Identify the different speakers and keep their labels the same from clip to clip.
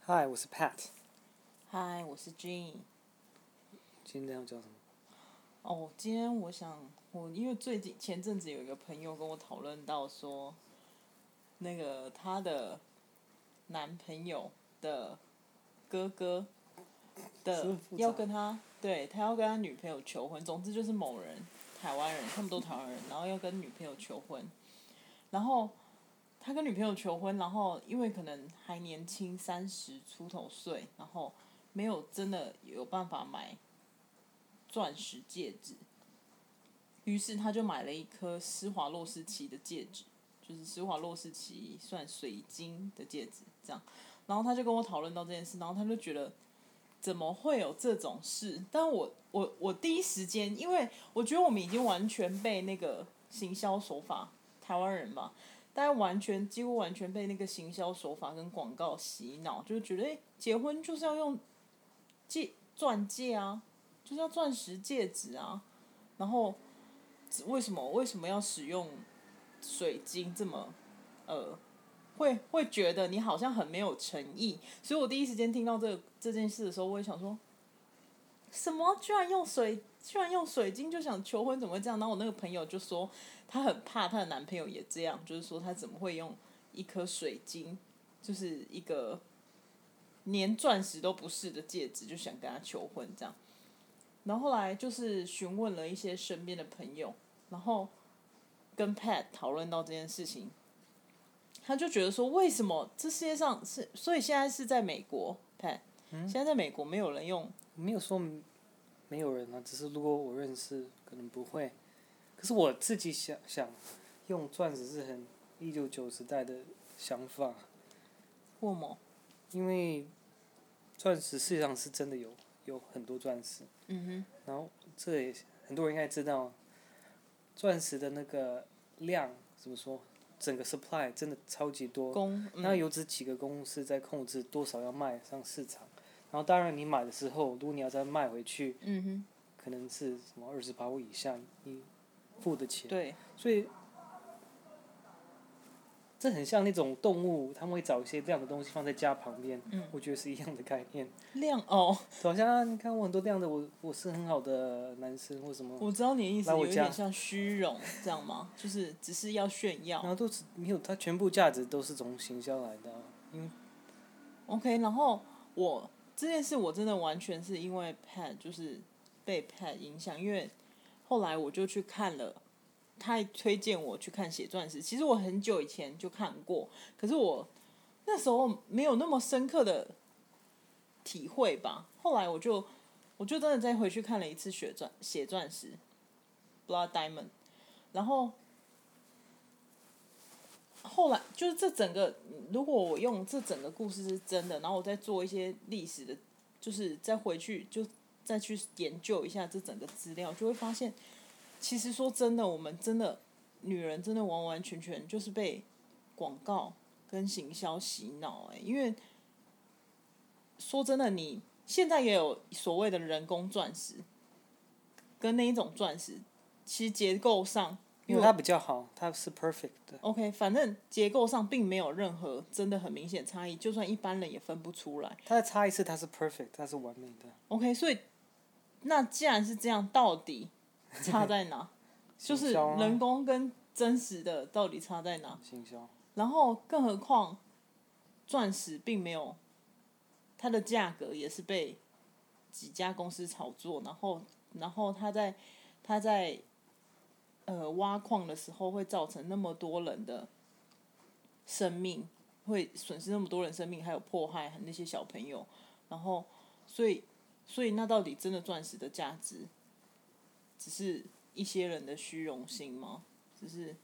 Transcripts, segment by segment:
Speaker 1: 嗨，我是 Pat。
Speaker 2: 嗨，我是 Jean。
Speaker 1: 今天要讲什么？
Speaker 2: 哦，今天我想，我因为最近前阵子有一个朋友跟我讨论到说，那个她的男朋友的哥哥
Speaker 1: 这么
Speaker 2: 的
Speaker 1: 复杂
Speaker 2: 要跟他，对他要跟他女朋友求婚，总之就是某人台湾人，他们都台湾人，然后要跟女朋友求婚，然后他跟女朋友求婚，然后因为可能还年轻，三十出头岁，然后没有真的有办法买钻石戒指，于是他就买了一颗施华洛世奇的戒指，就是施华洛世奇算水晶的戒指这样。然后他就跟我讨论到这件事，然后他就觉得怎么会有这种事？但我我我第一时间，因为我觉得我们已经完全被那个行销手法，台湾人嘛，大家完全几乎完全被那个行销手法跟广告洗脑，就是觉得诶结婚就是要用戒钻戒啊，就是要钻石戒指啊，然后为什么为什么要使用水晶这么呃？会会觉得你好像很没有诚意，所以我第一时间听到这个这件事的时候，我也想说，什么居然用水居然用水晶就想求婚，怎么会这样？然后我那个朋友就说，她很怕她的男朋友也这样，就是说她怎么会用一颗水晶，就是一个连钻石都不是的戒指，就想跟他求婚这样。然后后来就是询问了一些身边的朋友，然后跟 Pat 讨论到这件事情，他就觉得说，为什么这世界上是，所以现在是在美国，Pat，、现
Speaker 1: 嗯
Speaker 2: 在在美国没有人用
Speaker 1: 我没有说没有人啊，只是如果我认识，可能不会。可是我自己想想，用钻石是很一九九时代的想法，
Speaker 2: 霍某，
Speaker 1: 因为钻石世界上是真的有有很多钻石，
Speaker 2: 嗯
Speaker 1: 然后这也很多人应该知道，钻石的那个量怎么说，整个 supply 真的超级多
Speaker 2: 哼，。公，
Speaker 1: 那
Speaker 2: 嗯，
Speaker 1: 有只几个公司在控制多少要卖上市场，然后当然你买的时候，如果你要再卖回去，
Speaker 2: 嗯哼，
Speaker 1: 可能是什么二十八或以下，你付的钱，
Speaker 2: 对，
Speaker 1: 所以这很像那种动物，他们会找一些亮的东西放在家旁边，
Speaker 2: 嗯
Speaker 1: 我觉得是一样的概念，
Speaker 2: 量哦，
Speaker 1: 就好像啊你看我很多亮的，我我是很好的男生或什么，
Speaker 2: 我知道你的意思，
Speaker 1: 来我
Speaker 2: 有一
Speaker 1: 家
Speaker 2: 点像虚荣，这样吗？就是只是要炫耀
Speaker 1: 然。后都是没有，它全部价值都是从行销来的啊，因为
Speaker 2: OK，然后我这件事我真的完全是因为 Pat 就是被 Pat 影响，因为后来我就去看了，他还推荐我去看《血钻石》，其实我很久以前就看过，可是我那时候没有那么深刻的体会吧。后来我就我就真的再回去看了一次《血钻血钻石》（Blood Diamond），然后后来就是这整个，如果我用这整个故事是真的，然后我再做一些历史的，就是再回去就再去研究一下这整个资料，就会发现，其实说真的，我们真的女人真的完完全全就是被广告跟行销洗脑，哎，因为说真的，你现在也有所谓的人工钻石，跟那一种钻石，其实结构上。
Speaker 1: 因为它比较好，它是 perfect 的，
Speaker 2: OK，反正结构上并没有任何真的很明显差异，就算一般人也分不出来。
Speaker 1: 它的差异是它是 perfect，它是完美的。
Speaker 2: OK，所以那既然是这样，到底差在哪？就是
Speaker 1: 行销啊
Speaker 2: 人工跟真实的到底差在哪？
Speaker 1: 行销，
Speaker 2: 然后，更何况钻石并没有它的价格也是被几家公司炒作，然后，然后它在它在呃挖矿的时候会造成那么多人的生命，会损失那么多人生命，还有迫害那些小朋友，然后，所以，所以那到底真的钻石的价值，只是一些人的虚荣心吗？只是。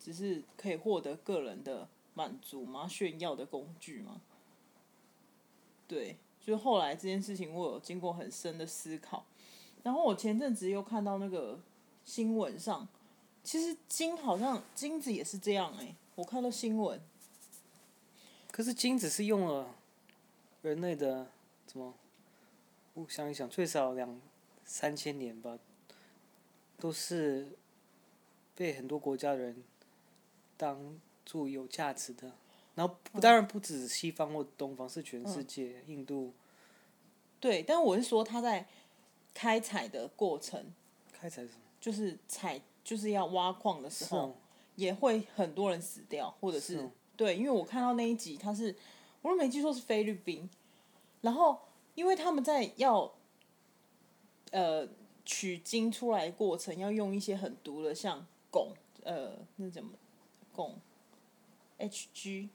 Speaker 2: 只是可以获得个人的满足吗？炫耀的工具吗？对，就是后来这件事情，我有经过很深的思考。然后我前阵子又看到那个新闻上，其实金好像金子也是这样哎、我看到新闻，
Speaker 1: 可是金只是用了人类的怎么？我想一想，最少两三千年吧，都是被很多国家的人当做有价值的然后不当然不止西方或东方，是全世界，印度
Speaker 2: 对，但我是说他在开采的过程，
Speaker 1: 开采是什么
Speaker 2: 就是采就是要挖矿的时
Speaker 1: 是
Speaker 2: 候，
Speaker 1: 哦，
Speaker 2: 也会很多人死掉，或者是
Speaker 1: 是哦
Speaker 2: 对，因为我看到那一集他是，我都没记错是菲律宾，然后因为他们在要呃取经出来的过程，要用一些很毒的，像汞，呃，那怎么汞，Hg，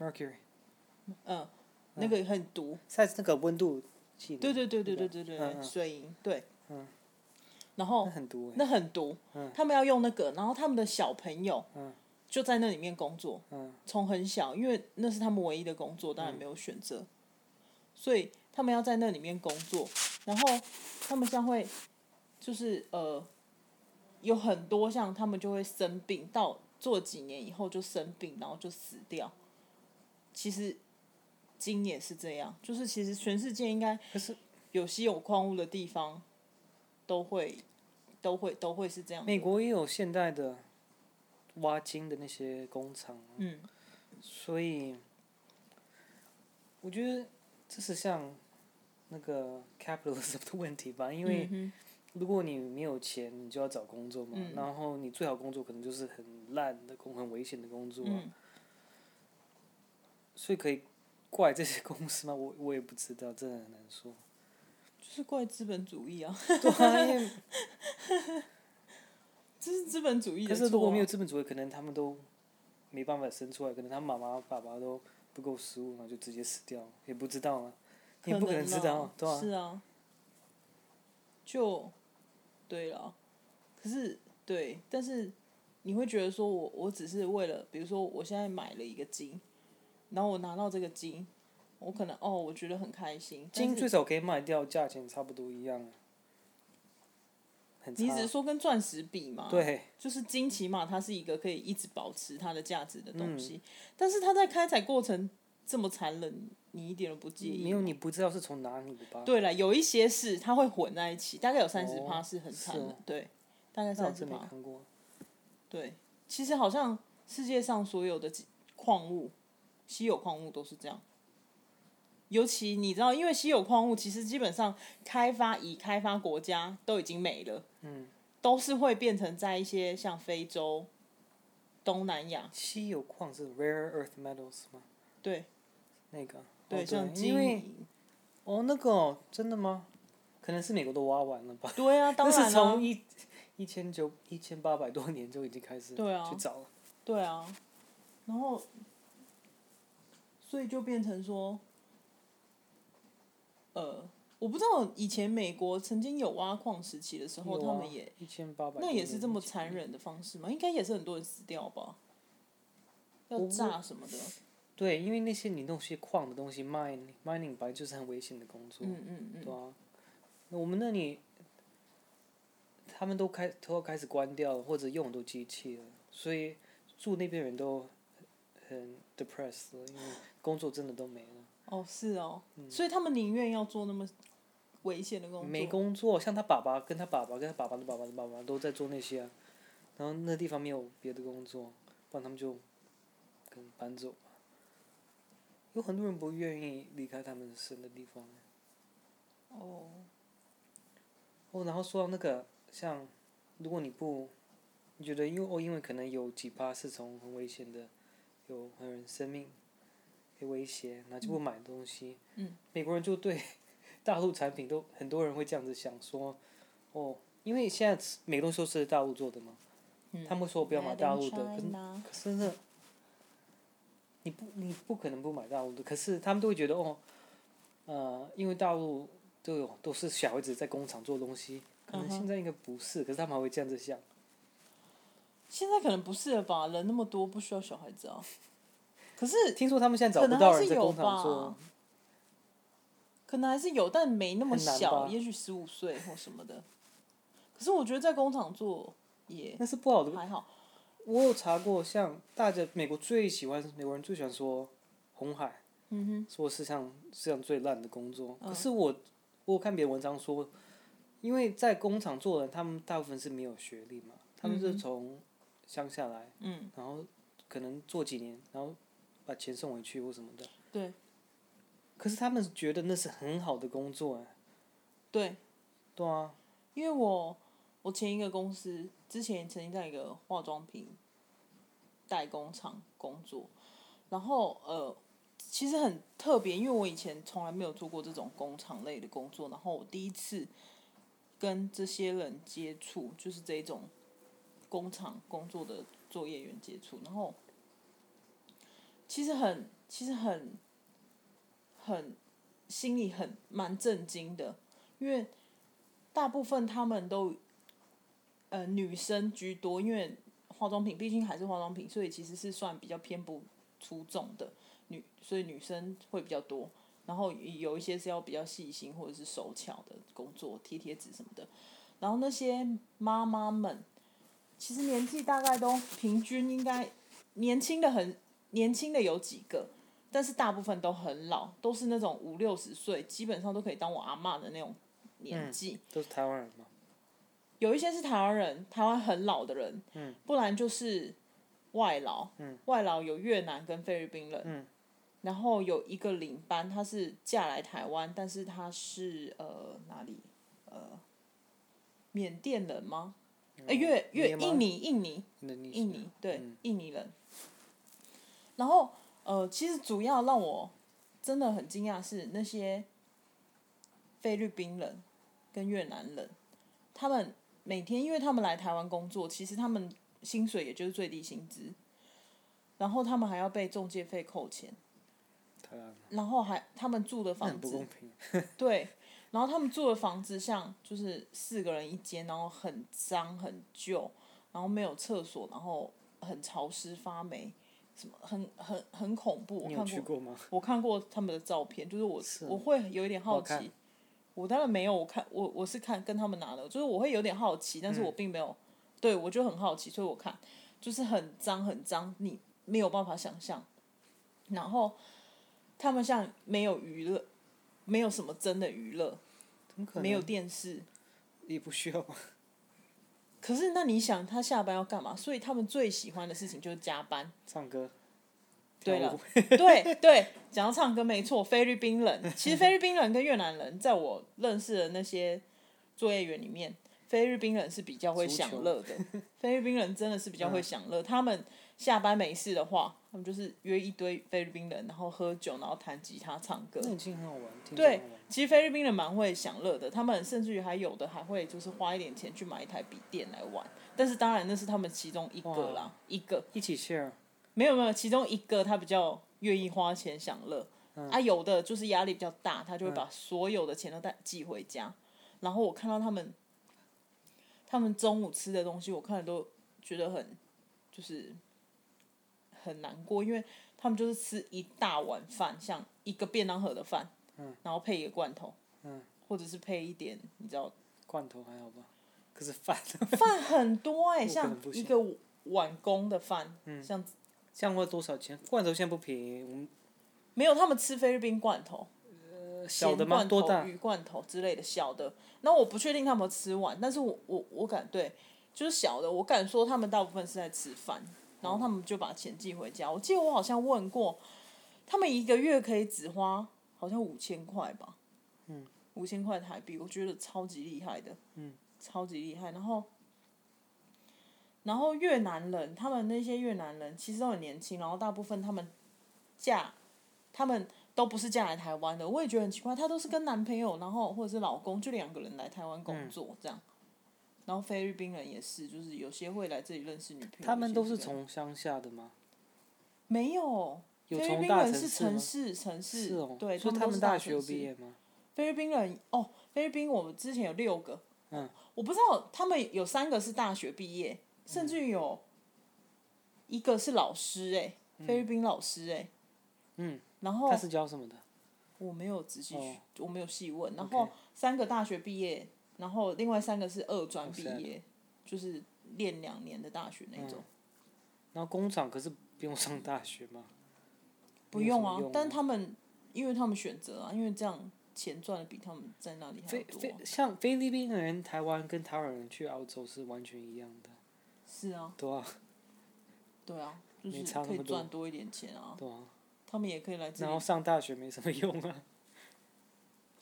Speaker 1: mercury，
Speaker 2: 嗯、呃，那个很毒，
Speaker 1: 赛那个温度计，
Speaker 2: 对对对对对对对，
Speaker 1: 嗯嗯
Speaker 2: 水银，对，
Speaker 1: 嗯
Speaker 2: 然后
Speaker 1: 那很毒欸
Speaker 2: 那很毒，他们要用那个，然后他们的小朋友，就在那里面工作，
Speaker 1: 嗯
Speaker 2: 从很小，因为那是他们唯一的工作，当然没有选择，
Speaker 1: 嗯
Speaker 2: 所以他们要在那里面工作，然后他们像会，就是呃，有很多像他们就会生病，到做几年以后就生病，然后就死掉。其实金也是这样，就是其实全世界应该
Speaker 1: 可是
Speaker 2: 有稀有矿物的地方，都会都会都会是这样的。
Speaker 1: 美国也有现代的挖金的那些工厂，
Speaker 2: 嗯，
Speaker 1: 所以我觉得这是像那个 capitalism 的问题吧，因为
Speaker 2: 嗯
Speaker 1: 如果你没有钱，你就要找工作嘛，
Speaker 2: 嗯
Speaker 1: 然后你最好工作可能就是很烂的工，很危险的工
Speaker 2: 哼
Speaker 1: 作啊、所以可以怪这些公司吗？我我也不知道，真的很难说。
Speaker 2: 就是怪资本主义啊，
Speaker 1: 对啊，因为
Speaker 2: 这是资本主义
Speaker 1: 可
Speaker 2: 的
Speaker 1: 是如
Speaker 2: 错
Speaker 1: 果
Speaker 2: 啊、
Speaker 1: 没有资本主义，可能他们都没办法生出来，可能他妈妈爸爸都不够食物嘛，就直接死掉，也不知道啊，也不可能知道啊，对
Speaker 2: 啦
Speaker 1: 吧、
Speaker 2: 是啊，就对了，可是对，但是你会觉得说我我只是为了，比如说我现在买了一个金，然后我拿到这个金，我可能哦，我觉得很开心，但
Speaker 1: 金
Speaker 2: 是
Speaker 1: 最少可以卖掉，价钱差不多一样啊，很差
Speaker 2: 你只是哦说跟钻石比嘛？
Speaker 1: 对，啊
Speaker 2: 就是金，起码它是一个可以一直保持它的价值的东西，
Speaker 1: 嗯
Speaker 2: 但是它在开采过程这么残忍，你一点都不介意吗？
Speaker 1: 没有你不知道是从哪里的吧？
Speaker 2: 对了，有一些是它会混在一起，大概有三十
Speaker 1: 哦
Speaker 2: 趴是很惨
Speaker 1: 是
Speaker 2: 的，
Speaker 1: 哦
Speaker 2: 对，大概
Speaker 1: 那我
Speaker 2: 三十
Speaker 1: 真没
Speaker 2: 趴。
Speaker 1: 看过。
Speaker 2: 对，其实好像世界上所有的几矿物，稀有矿物都是这样。尤其你知道，因为稀有矿物其实基本上开发已开发国家都已经没了，
Speaker 1: 嗯，
Speaker 2: 都是会变成在一些像非洲、东南亚，
Speaker 1: 稀有矿是 rare earth metals 吗？
Speaker 2: 对
Speaker 1: 那个啊
Speaker 2: 对，
Speaker 1: 哦、
Speaker 2: 像
Speaker 1: 因
Speaker 2: 金
Speaker 1: 为
Speaker 2: 银，
Speaker 1: 哦那个哦，真的吗？可能是美国都挖完了吧？
Speaker 2: 对啊，当
Speaker 1: 那是
Speaker 2: 然啦、
Speaker 1: 从一一千九一千八百多年就已经开始
Speaker 2: 对啊
Speaker 1: 去找了。
Speaker 2: 对啊，然后，所以就变成说，呃，我不知道以前美国曾经有挖矿时期的时候，他们也
Speaker 1: 一千啊八百，
Speaker 2: 那也是这么残忍的方式吗？应该也是很多人死掉吧，要
Speaker 1: 我
Speaker 2: 炸什么的，
Speaker 1: 对，因为那些你那些矿的东西，mine mining 本来就是很危险的工作，
Speaker 2: 嗯嗯嗯，
Speaker 1: 对啊。那我们那里，他们都开都要开始关掉了，或者用很多机器了，所以住那边人都很 depressed 了，因为工作真的都没了，
Speaker 2: 哦是哦，所以他们宁愿要做那么危险的工
Speaker 1: 嗯没
Speaker 2: 作，
Speaker 1: 工作。像他爸爸跟他爸爸跟他爸爸的爸爸的爸爸都在做那些啊、然后那地方没有别的工作，不然他们就可能搬走吧。有很多人不愿意离开他们生的地方。
Speaker 2: 哦，
Speaker 1: 哦，然后说到那个，像如果你不，你觉得因为哦，因为可能有几趴是从很危险的，有很有人生命被威胁，然后就不买东西。
Speaker 2: 嗯。
Speaker 1: 美国人就对大陆产品都很多人会这样子想说，哦，因为现在吃每个东西都是大陆做的嘛，
Speaker 2: 嗯
Speaker 1: 他们说不要买
Speaker 2: Made in
Speaker 1: 大陆的，可是
Speaker 2: China
Speaker 1: 可是呢，你不你不可能不买大陆的，可是他们都会觉得哦，呃，因为大陆都有都是小孩子在工厂做东西，可能
Speaker 2: 嗯哼
Speaker 1: 现在应该不是，可是他们还会这样子想，
Speaker 2: 现在可能不是了吧？人那么多，不需要小孩子啊。可是
Speaker 1: 听说他们现在找
Speaker 2: 可
Speaker 1: 不
Speaker 2: 能
Speaker 1: 到
Speaker 2: 还
Speaker 1: 人
Speaker 2: 是
Speaker 1: 在
Speaker 2: 有
Speaker 1: 工厂做
Speaker 2: 吧，可能还是有，但没那么
Speaker 1: 很难
Speaker 2: 小，
Speaker 1: 吧
Speaker 2: 也许十五岁或什么的。可是我觉得在工厂做也
Speaker 1: 那是不好的。
Speaker 2: 还好，
Speaker 1: 我有查过，像大家美国最喜欢美国人最喜欢说红海。
Speaker 2: 嗯哼，
Speaker 1: 说世上世上最烂的工作。
Speaker 2: 嗯
Speaker 1: 可是我我有看别的文章说，因为在工厂做的人，他们大部分是没有学历嘛，他们
Speaker 2: 嗯
Speaker 1: 是
Speaker 2: 哼
Speaker 1: 从乡下来，
Speaker 2: 嗯
Speaker 1: 然后可能做几年，然后把钱送回去或什么的。
Speaker 2: 对
Speaker 1: 可是他们觉得那是很好的工作哎、
Speaker 2: 对，
Speaker 1: 对啊，
Speaker 2: 因为我我前一个公司之前曾经在一个化妆品代工厂工作，然后呃，其实很特别，因为我以前从来没有做过这种工厂类的工作，然后我第一次跟这些人接触，就是这种工厂工作的作业员接触，然后其实很其实很很心里很蛮震惊的，因为。大部分他们都，呃，女生居多，因为化妆品毕竟还是化妆品，所以其实是算比较偏不出众的女，所以女生会比较多。然后有一些是要比较细心或者是手巧的工作，贴贴纸什么的。然后那些妈妈们，其实年纪大概都平均应该年轻的很年轻的有几个，但是大部分都很老，都是那种五六十岁，基本上都可以当我阿嬷的那种年纪。
Speaker 1: 都是台湾人嘛。
Speaker 2: 有一些是台湾人，台湾很老的人，不然就是外劳，外劳有越南跟菲律宾人，然后有一个领班，她是嫁来台湾，但是她是呃哪里呃缅甸人吗？哎、越越
Speaker 1: 缅甸吗
Speaker 2: 印尼印尼
Speaker 1: 那你
Speaker 2: 印尼对、
Speaker 1: 嗯
Speaker 2: 印尼人，然后呃其实主要让我真的很惊讶是那些菲律宾人跟越南人。他们每天，因为他们来台湾工作，其实他们薪水也就是最低薪资，然后他们还要被中介费扣钱，
Speaker 1: 台湾人，
Speaker 2: 然后还他们住的
Speaker 1: 啊那
Speaker 2: 房
Speaker 1: 很不
Speaker 2: 子
Speaker 1: 公，平。啊
Speaker 2: 对，然后他们住的房子像就是四个人一间，然后很脏很旧，然后没有厕所，然后很潮湿发霉，什么很很很恐怖。我
Speaker 1: 你
Speaker 2: 看
Speaker 1: 有
Speaker 2: 过
Speaker 1: 去过吗？
Speaker 2: 我看过他们的照片，就是我
Speaker 1: 是
Speaker 2: 我会有一点好
Speaker 1: 好看
Speaker 2: 奇，我当然没有，我看我我是看跟他们拿的，就是我会有点好奇，但是我
Speaker 1: 嗯
Speaker 2: 并没有，对我就很好奇，所以我看就是很脏很脏，你没有办法想象。然后他们像没有娱乐，没有什么真的娱乐，
Speaker 1: 怎么可能？
Speaker 2: 没有电视。
Speaker 1: 也不需要吧。
Speaker 2: 可是那你想，他下班要干嘛？所以他们最喜欢的事情就是加班。
Speaker 1: 唱歌。
Speaker 2: 对
Speaker 1: 跳
Speaker 2: 了
Speaker 1: 舞，
Speaker 2: 对对，讲到唱歌没错，菲律宾人，其实菲律宾人跟越南人，在我认识的那些作业员里面，菲律宾人是比较会
Speaker 1: 足
Speaker 2: 享
Speaker 1: 球嗯
Speaker 2: 乐的， 菲律宾人真的是比较会享乐。他们下班没事的话，他们就是约一堆菲律宾人，然后喝酒，然后弹吉他、唱歌。
Speaker 1: 那已经很好玩，听起来
Speaker 2: 对
Speaker 1: 很好玩，
Speaker 2: 其实菲律宾人蛮会享乐的，他们甚至于还有的还会就是花一点钱去买一台笔电来玩，但是当然那是他们其中一个
Speaker 1: 哇
Speaker 2: 啦，一个。
Speaker 1: 一起 share，啊
Speaker 2: 没有没有，其中一个他比较愿意花钱享乐，
Speaker 1: 嗯
Speaker 2: 啊，有的就是压力比较大，他就会把所有的钱都带寄回家。然后我看到他们，他们中午吃的东西，我看了都觉得很，就是很难过，因为他们就是吃一大碗饭，像一个便当盒的饭，
Speaker 1: 嗯
Speaker 2: 然后配一个罐头，或者是配一点，你知道
Speaker 1: 罐头还好吧？可是饭，
Speaker 2: 饭很多哎、
Speaker 1: 我可
Speaker 2: 像
Speaker 1: 能不行嗯
Speaker 2: 一个碗公的饭，像
Speaker 1: 这样花多少钱？罐头现在不便宜，我们
Speaker 2: 没有，他们吃菲律宾罐头，
Speaker 1: 呃小
Speaker 2: 咸
Speaker 1: 的吗？
Speaker 2: 罐
Speaker 1: 多
Speaker 2: 头、
Speaker 1: 大？
Speaker 2: 鱼罐头之类的小的。那我不确定他们有吃完，但是我我我敢对，就是小的，我敢说他们大部分是在吃饭，然后他们就把钱寄回家。我记得我好像问过，他们一个月可以只花好像五千块吧，嗯，五千块台币，我觉得超级厉害的，嗯，超级厉害。然后。然后越南人，他们那些越南人其实都很年轻，然后大部分他们嫁，他们都不是嫁来台湾的，我也觉得很奇怪，她都是跟男朋友，然后或者是老公，就两个人来台湾工
Speaker 1: 嗯
Speaker 2: 作、这样。然后菲律宾人也是，就是有些会来这里认识女朋友。
Speaker 1: 他们都
Speaker 2: 有
Speaker 1: 是
Speaker 2: 些不认
Speaker 1: 从乡下的吗？
Speaker 2: 没有，
Speaker 1: 有
Speaker 2: 菲律
Speaker 1: 从
Speaker 2: 宾
Speaker 1: 大
Speaker 2: 人
Speaker 1: 城
Speaker 2: 是
Speaker 1: 市吗
Speaker 2: 城？市城市，
Speaker 1: 是哦，
Speaker 2: 对，
Speaker 1: 所以
Speaker 2: 们都
Speaker 1: 们
Speaker 2: 是
Speaker 1: 大
Speaker 2: 大
Speaker 1: 学有
Speaker 2: 城
Speaker 1: 毕
Speaker 2: 市。
Speaker 1: 业吗？
Speaker 2: 菲律宾人哦，菲律宾我们之前有六个，
Speaker 1: 嗯，
Speaker 2: 我不知道他们有三个是大学毕业，甚至有一个是老师哎、菲律宾老师哎、
Speaker 1: 嗯，
Speaker 2: 然后
Speaker 1: 他是教什么的？
Speaker 2: 我没有仔细去
Speaker 1: 哦
Speaker 2: 我没有细问。然后
Speaker 1: OK
Speaker 2: 三个大学毕业，然后另外三个是二专毕
Speaker 1: 哇
Speaker 2: 业，就是练两年的大学那种。
Speaker 1: 嗯然后工厂可是不用上大学吗？
Speaker 2: 不
Speaker 1: 没有什
Speaker 2: 用
Speaker 1: 么
Speaker 2: 啊，
Speaker 1: 用
Speaker 2: 但他们因为他们选择啊，因为这样钱赚的比他们在那里还要
Speaker 1: 菲
Speaker 2: 多啊、
Speaker 1: 菲像菲律宾人、台湾跟台湾人去澳洲是完全一样的，
Speaker 2: 是啊，
Speaker 1: 对啊，
Speaker 2: 对啊，就
Speaker 1: 没
Speaker 2: 是
Speaker 1: 差那
Speaker 2: 可以
Speaker 1: 么多
Speaker 2: 赚多一点钱啊，
Speaker 1: 对啊，
Speaker 2: 他们也可以来这
Speaker 1: 然后
Speaker 2: 里。
Speaker 1: 上大学没什么用 啊，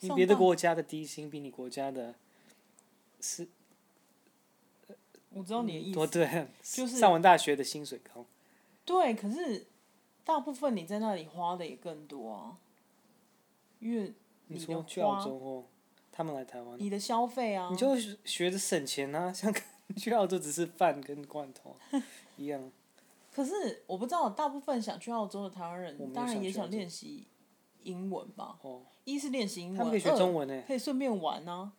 Speaker 1: 你
Speaker 2: 上
Speaker 1: 别的
Speaker 2: 大
Speaker 1: 国家的低薪比你国家的是，嗯
Speaker 2: 我知道你的意
Speaker 1: 多
Speaker 2: 思，
Speaker 1: 对，
Speaker 2: 就是
Speaker 1: 上完大学的薪水高，
Speaker 2: 对，可是大部分你在那里花的也更多啊，因为
Speaker 1: 你
Speaker 2: 你
Speaker 1: 说
Speaker 2: 的
Speaker 1: 去澳
Speaker 2: 花
Speaker 1: 洲或他们来台湾，
Speaker 2: 你的消费啊
Speaker 1: 你，就学学着省钱啊，像去澳洲只是饭跟罐头一样，
Speaker 2: 可是我不知道，大部分想去澳洲的台湾
Speaker 1: 我没
Speaker 2: 人，
Speaker 1: 有
Speaker 2: 当然
Speaker 1: 想
Speaker 2: 也
Speaker 1: 去澳
Speaker 2: 想
Speaker 1: 洲
Speaker 2: 练习英文吧。
Speaker 1: 哦，
Speaker 2: 一是练习英
Speaker 1: 他们
Speaker 2: 文，
Speaker 1: 可以学中
Speaker 2: 二
Speaker 1: 文呢，
Speaker 2: 可以顺便玩啊。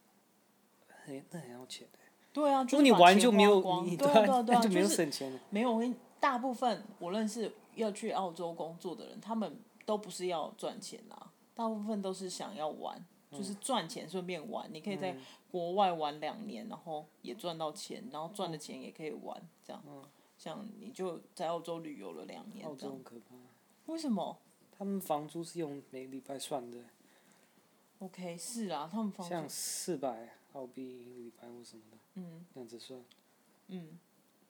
Speaker 1: 很那很要钱欸。
Speaker 2: 对啊，
Speaker 1: 如果
Speaker 2: 就是
Speaker 1: 你
Speaker 2: 把
Speaker 1: 玩
Speaker 2: 钱
Speaker 1: 就没
Speaker 2: 花
Speaker 1: 有，
Speaker 2: 光
Speaker 1: 你
Speaker 2: 对啊
Speaker 1: 啊
Speaker 2: 对啊对
Speaker 1: 那
Speaker 2: 啊，
Speaker 1: 就没有
Speaker 2: 是
Speaker 1: 省钱了。
Speaker 2: 没有。我跟你大部分我认识要去澳洲工作的人，他们都不是要赚钱啊，大部分都是想要玩，
Speaker 1: 嗯
Speaker 2: 就是赚钱顺便玩。你可以在国外玩两年，然后也赚到钱，然后赚
Speaker 1: 嗯
Speaker 2: 的钱也可以玩，这样。像你就在澳洲旅游了两年
Speaker 1: 澳，洲
Speaker 2: 这样
Speaker 1: 很可怕，
Speaker 2: 为什么
Speaker 1: 他们房租是用每礼拜算的，
Speaker 2: ？OK，是啊，他们房
Speaker 1: 像
Speaker 2: 租，
Speaker 1: 四百澳币一个礼拜或什么的，
Speaker 2: 嗯
Speaker 1: 那样子算。
Speaker 2: 嗯，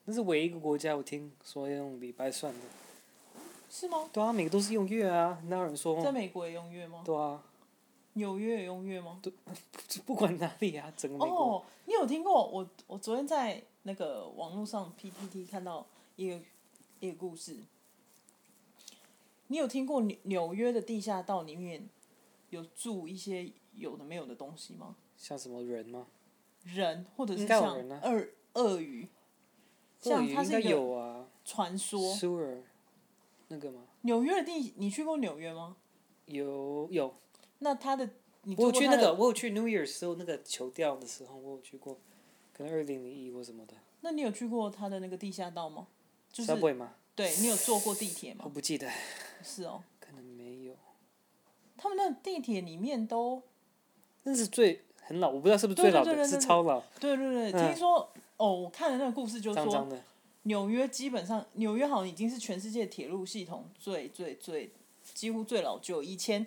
Speaker 1: 那是唯一一个国家我听说要用礼拜算的。
Speaker 2: 是吗？
Speaker 1: 对啊，每个都是用月啊，哪有人
Speaker 2: 在
Speaker 1: 说？
Speaker 2: 美国也用月吗？
Speaker 1: 对啊，
Speaker 2: 纽约也用月吗？
Speaker 1: 就不管哪里啊，整个美国。
Speaker 2: 哦，你有听过我？我昨天在那个网络上 PPT 看到一个一个故事。你有听过纽纽约的地下道里面有住一些有的没有的东西吗？
Speaker 1: 像什么人吗？
Speaker 2: 人，或者是
Speaker 1: 应该有
Speaker 2: 像
Speaker 1: 人啊
Speaker 2: 鳄鳄鱼，像
Speaker 1: 鳄鱼
Speaker 2: 它
Speaker 1: 应
Speaker 2: 是
Speaker 1: 该
Speaker 2: 一个
Speaker 1: 有啊
Speaker 2: 传说。
Speaker 1: ，sewer 那个吗？
Speaker 2: 纽约的地，你去过纽约吗？
Speaker 1: 有有，
Speaker 2: 那它的，你
Speaker 1: 我有
Speaker 2: 住过
Speaker 1: 去
Speaker 2: 它
Speaker 1: 那
Speaker 2: 的
Speaker 1: 个，我有去 New Year 时候那个球掉的时候，我有去过，可能二零零一或什么的
Speaker 2: 那你有去过它的那个地下道吗？就是
Speaker 1: ，subway 吗？
Speaker 2: 对你有坐过地铁
Speaker 1: 我
Speaker 2: 吗？
Speaker 1: 不记得，
Speaker 2: 是哦，
Speaker 1: 可能没有。
Speaker 2: 他们那地铁里面都
Speaker 1: 那是最很老，我不知道是不是最老
Speaker 2: 对对
Speaker 1: 的，
Speaker 2: 对对
Speaker 1: 是超老，
Speaker 2: 对对对，
Speaker 1: 嗯
Speaker 2: 听说哦，我看了那个故事就
Speaker 1: 脏
Speaker 2: 说
Speaker 1: 脏的。
Speaker 2: 纽约基本上纽约好像已经是全世界铁路系统最最最几乎最老旧，以前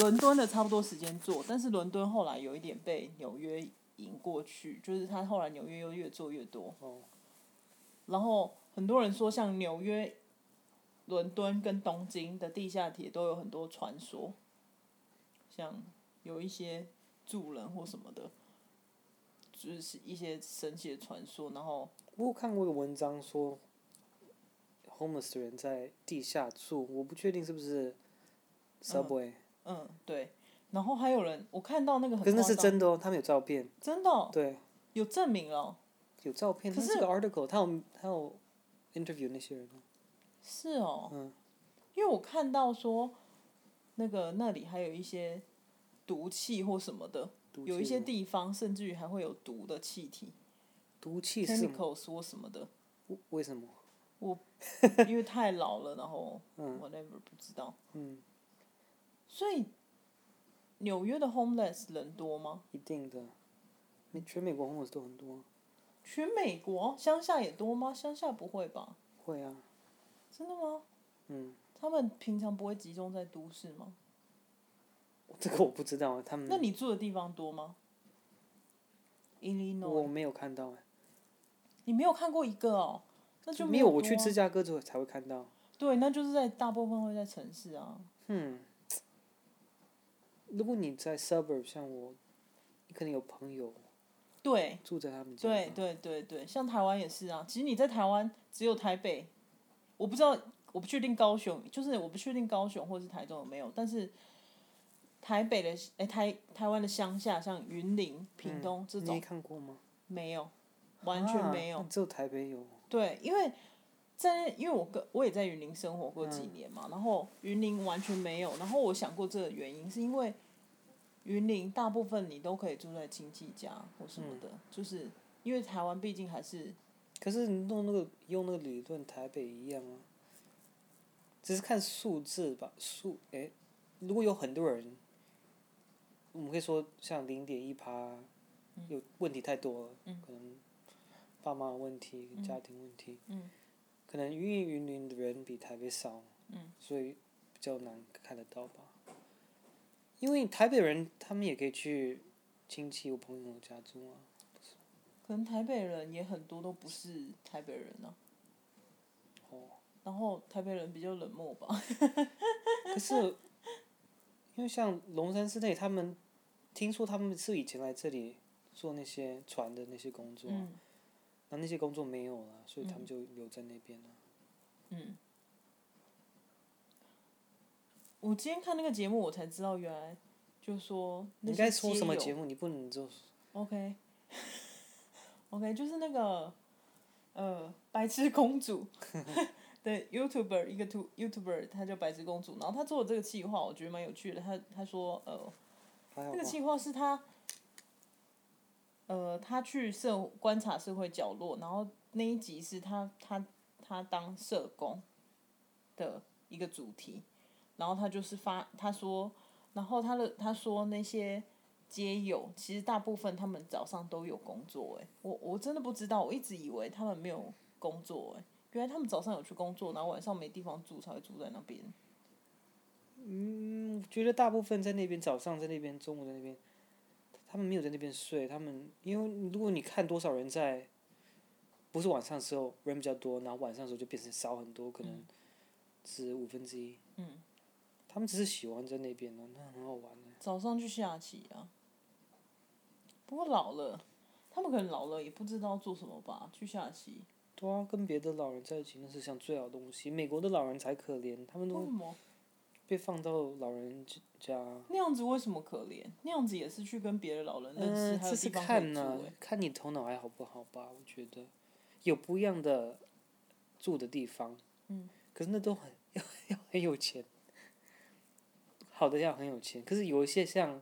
Speaker 2: 伦敦的差不多时间做，但是伦敦后来有一点被纽约引过去，就是它后来纽约又越做越多，
Speaker 1: 哦，
Speaker 2: 然后很多人说像纽约、伦敦跟东京的地下铁都有很多传说，像有一些住人或什么的，就是一些神奇的传说，然后
Speaker 1: 我有看过一个文章说，homeless 的人在地下住，我不确定是不是 subway，、
Speaker 2: 嗯对，然后还有人我看到那个很
Speaker 1: 可是那是
Speaker 2: 夸张
Speaker 1: 真的哦，他们有照片，
Speaker 2: 真的哦、
Speaker 1: 对，
Speaker 2: 有证明了哦，
Speaker 1: 有照片，
Speaker 2: 可
Speaker 1: 他
Speaker 2: 是
Speaker 1: 是个 article，他有他有 interview 那些人哦，
Speaker 2: 是哦，
Speaker 1: 嗯
Speaker 2: 因为我看到说那个那里还有一些毒气或什么的，
Speaker 1: 毒
Speaker 2: 有一
Speaker 1: 气
Speaker 2: 些
Speaker 1: 吗
Speaker 2: 地方甚至于还会有毒的气体。
Speaker 1: 毒气是什么
Speaker 2: chemicals 或 什么的，
Speaker 1: 为为什么？
Speaker 2: 因为太老了，然后 whatever 不知道。
Speaker 1: 嗯，
Speaker 2: 所以纽约的 homeless 人多吗？
Speaker 1: 一定的，美全美国 homeless 都很多啊，
Speaker 2: 全美国乡下也多吗？乡下不会吧？
Speaker 1: 会啊，
Speaker 2: 真的吗？
Speaker 1: 嗯，
Speaker 2: 他们平常不会集中在都市吗？
Speaker 1: 这个我不知道啊，他们
Speaker 2: 那你住的地方多吗？Illinois，
Speaker 1: 我没有看到哎、
Speaker 2: 你没有看过一个哦，那就
Speaker 1: 没
Speaker 2: 有
Speaker 1: 有，
Speaker 2: 多啊、
Speaker 1: 我去芝加哥之后才会看到。
Speaker 2: 对，那就是在大部分会在城市啊。
Speaker 1: 嗯，如果你在 suburb，像我，你可能有朋友
Speaker 2: 对，
Speaker 1: 住在他们家。
Speaker 2: 对。对对对，像台湾也是啊。其实你在台湾只有台北，我不知道，我不确定高雄，就是我不确定高雄或是台中有没有，但是台北的哎、台台湾的乡下，像云林、屏东、这
Speaker 1: 你没
Speaker 2: 种
Speaker 1: 看过吗？
Speaker 2: 没有，完全没有。
Speaker 1: 嗯啊只有台北有。
Speaker 2: 对，因为在因为我跟我也在云林生活过几
Speaker 1: 嗯
Speaker 2: 年嘛，然后云林完全没有。然后我想过这个原因，是因为云林大部分你都可以住在亲戚家或什
Speaker 1: 嗯
Speaker 2: 么的，就是因为台湾毕竟还是
Speaker 1: 可是你弄那个用那个理论，台北一样啊。只是看数字吧，数诶，如果有很多人，我们可以说像零点一趴，有问题太多了，可能爸妈的问题、家庭问题，
Speaker 2: 嗯
Speaker 1: 可能因为云林的人比台北少，所以比较难看得到吧。因为台北人他们也可以去亲戚、我朋友家住啊，
Speaker 2: 可能台北人也很多都不是台北人啊，
Speaker 1: 哦，
Speaker 2: 然后台北人比较冷漠吧，
Speaker 1: 可是因为像龙山寺内，他们听说他们是以前来这里做那些船的那些工作，
Speaker 2: 嗯
Speaker 1: 那、那些工作没有了，所以他们就留在那边了。
Speaker 2: 嗯，我今天看那个节目，我才知道原来就说
Speaker 1: 你
Speaker 2: 那
Speaker 1: 该
Speaker 2: 些
Speaker 1: 说什么
Speaker 2: 街
Speaker 1: 节目？你不能就
Speaker 2: 友？OK，OK，、OK，就是那个呃，白痴公主的 YouTuber 一个 to YouTuber，她叫白痴公主，然后她做的这个计划，我觉得蛮有趣的。她她说呃，
Speaker 1: 还好
Speaker 2: 那个
Speaker 1: 吧？
Speaker 2: 计划是他，呃，他去社观察社会角落，然后那一集是他他他当社工的一个主题，然后他就是发他说，然后他的他说那些街友其实大部分他们早上都有工作、欸，我我真的不知道，我一直以为他们没有工作、欸，原来他们早上有去工作，然后晚上没地方住才会住在那边，
Speaker 1: 嗯，觉得大部分在那边，早上在那边，中午在那边，他们没有在那边睡。他们因为如果你看多少人在，不是晚上的时候人比较多，然后晚上的时候就变成少很多，可能只五分之一。
Speaker 2: 嗯。
Speaker 1: 他们只是喜欢在那边哦，那很好玩的。
Speaker 2: 早上去下棋啊。不过老了，他们可能老了也不知道做什么吧，去下棋。
Speaker 1: 对啊，跟别的老人在一起那是像最好的东西。美国的老人才可怜，他们
Speaker 2: 为
Speaker 1: 都
Speaker 2: 什么
Speaker 1: 被放到老人家。
Speaker 2: 那样子为什么可怜？那样子也是去跟别的老人认识，
Speaker 1: 嗯，
Speaker 2: 还
Speaker 1: 这
Speaker 2: 有
Speaker 1: 是
Speaker 2: 地方可以
Speaker 1: 看
Speaker 2: 住、
Speaker 1: 呢、
Speaker 2: 欸。
Speaker 1: 看你头脑还好不好吧。我觉得有不一样的住的地方，
Speaker 2: 嗯，
Speaker 1: 可是那都很 要要很有钱，好的要很有钱。可是有一些像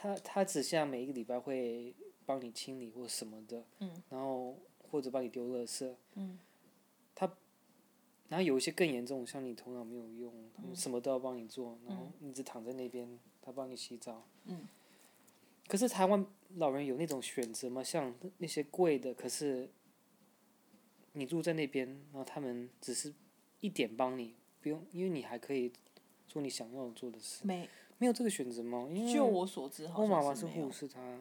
Speaker 1: 他他只像每一个礼拜会帮你清理或什么的，
Speaker 2: 嗯，
Speaker 1: 然后或者帮你丢垃圾，
Speaker 2: 嗯，
Speaker 1: 然后有一些更严重，像你头脑没有用，他
Speaker 2: 嗯
Speaker 1: 们什么都要帮你做，然后你只躺在那边，他帮你洗澡。
Speaker 2: 嗯。
Speaker 1: 可是台湾老人有那种选择吗？像那些贵的，可是你住在那边，然后他们只是一点帮你，不用，因为你还可以做你想要做的事，
Speaker 2: 没，
Speaker 1: 没有这个选择吗？哦因为
Speaker 2: 就我所知好
Speaker 1: 我妈妈
Speaker 2: 像是
Speaker 1: 是
Speaker 2: 没有。
Speaker 1: 护士，她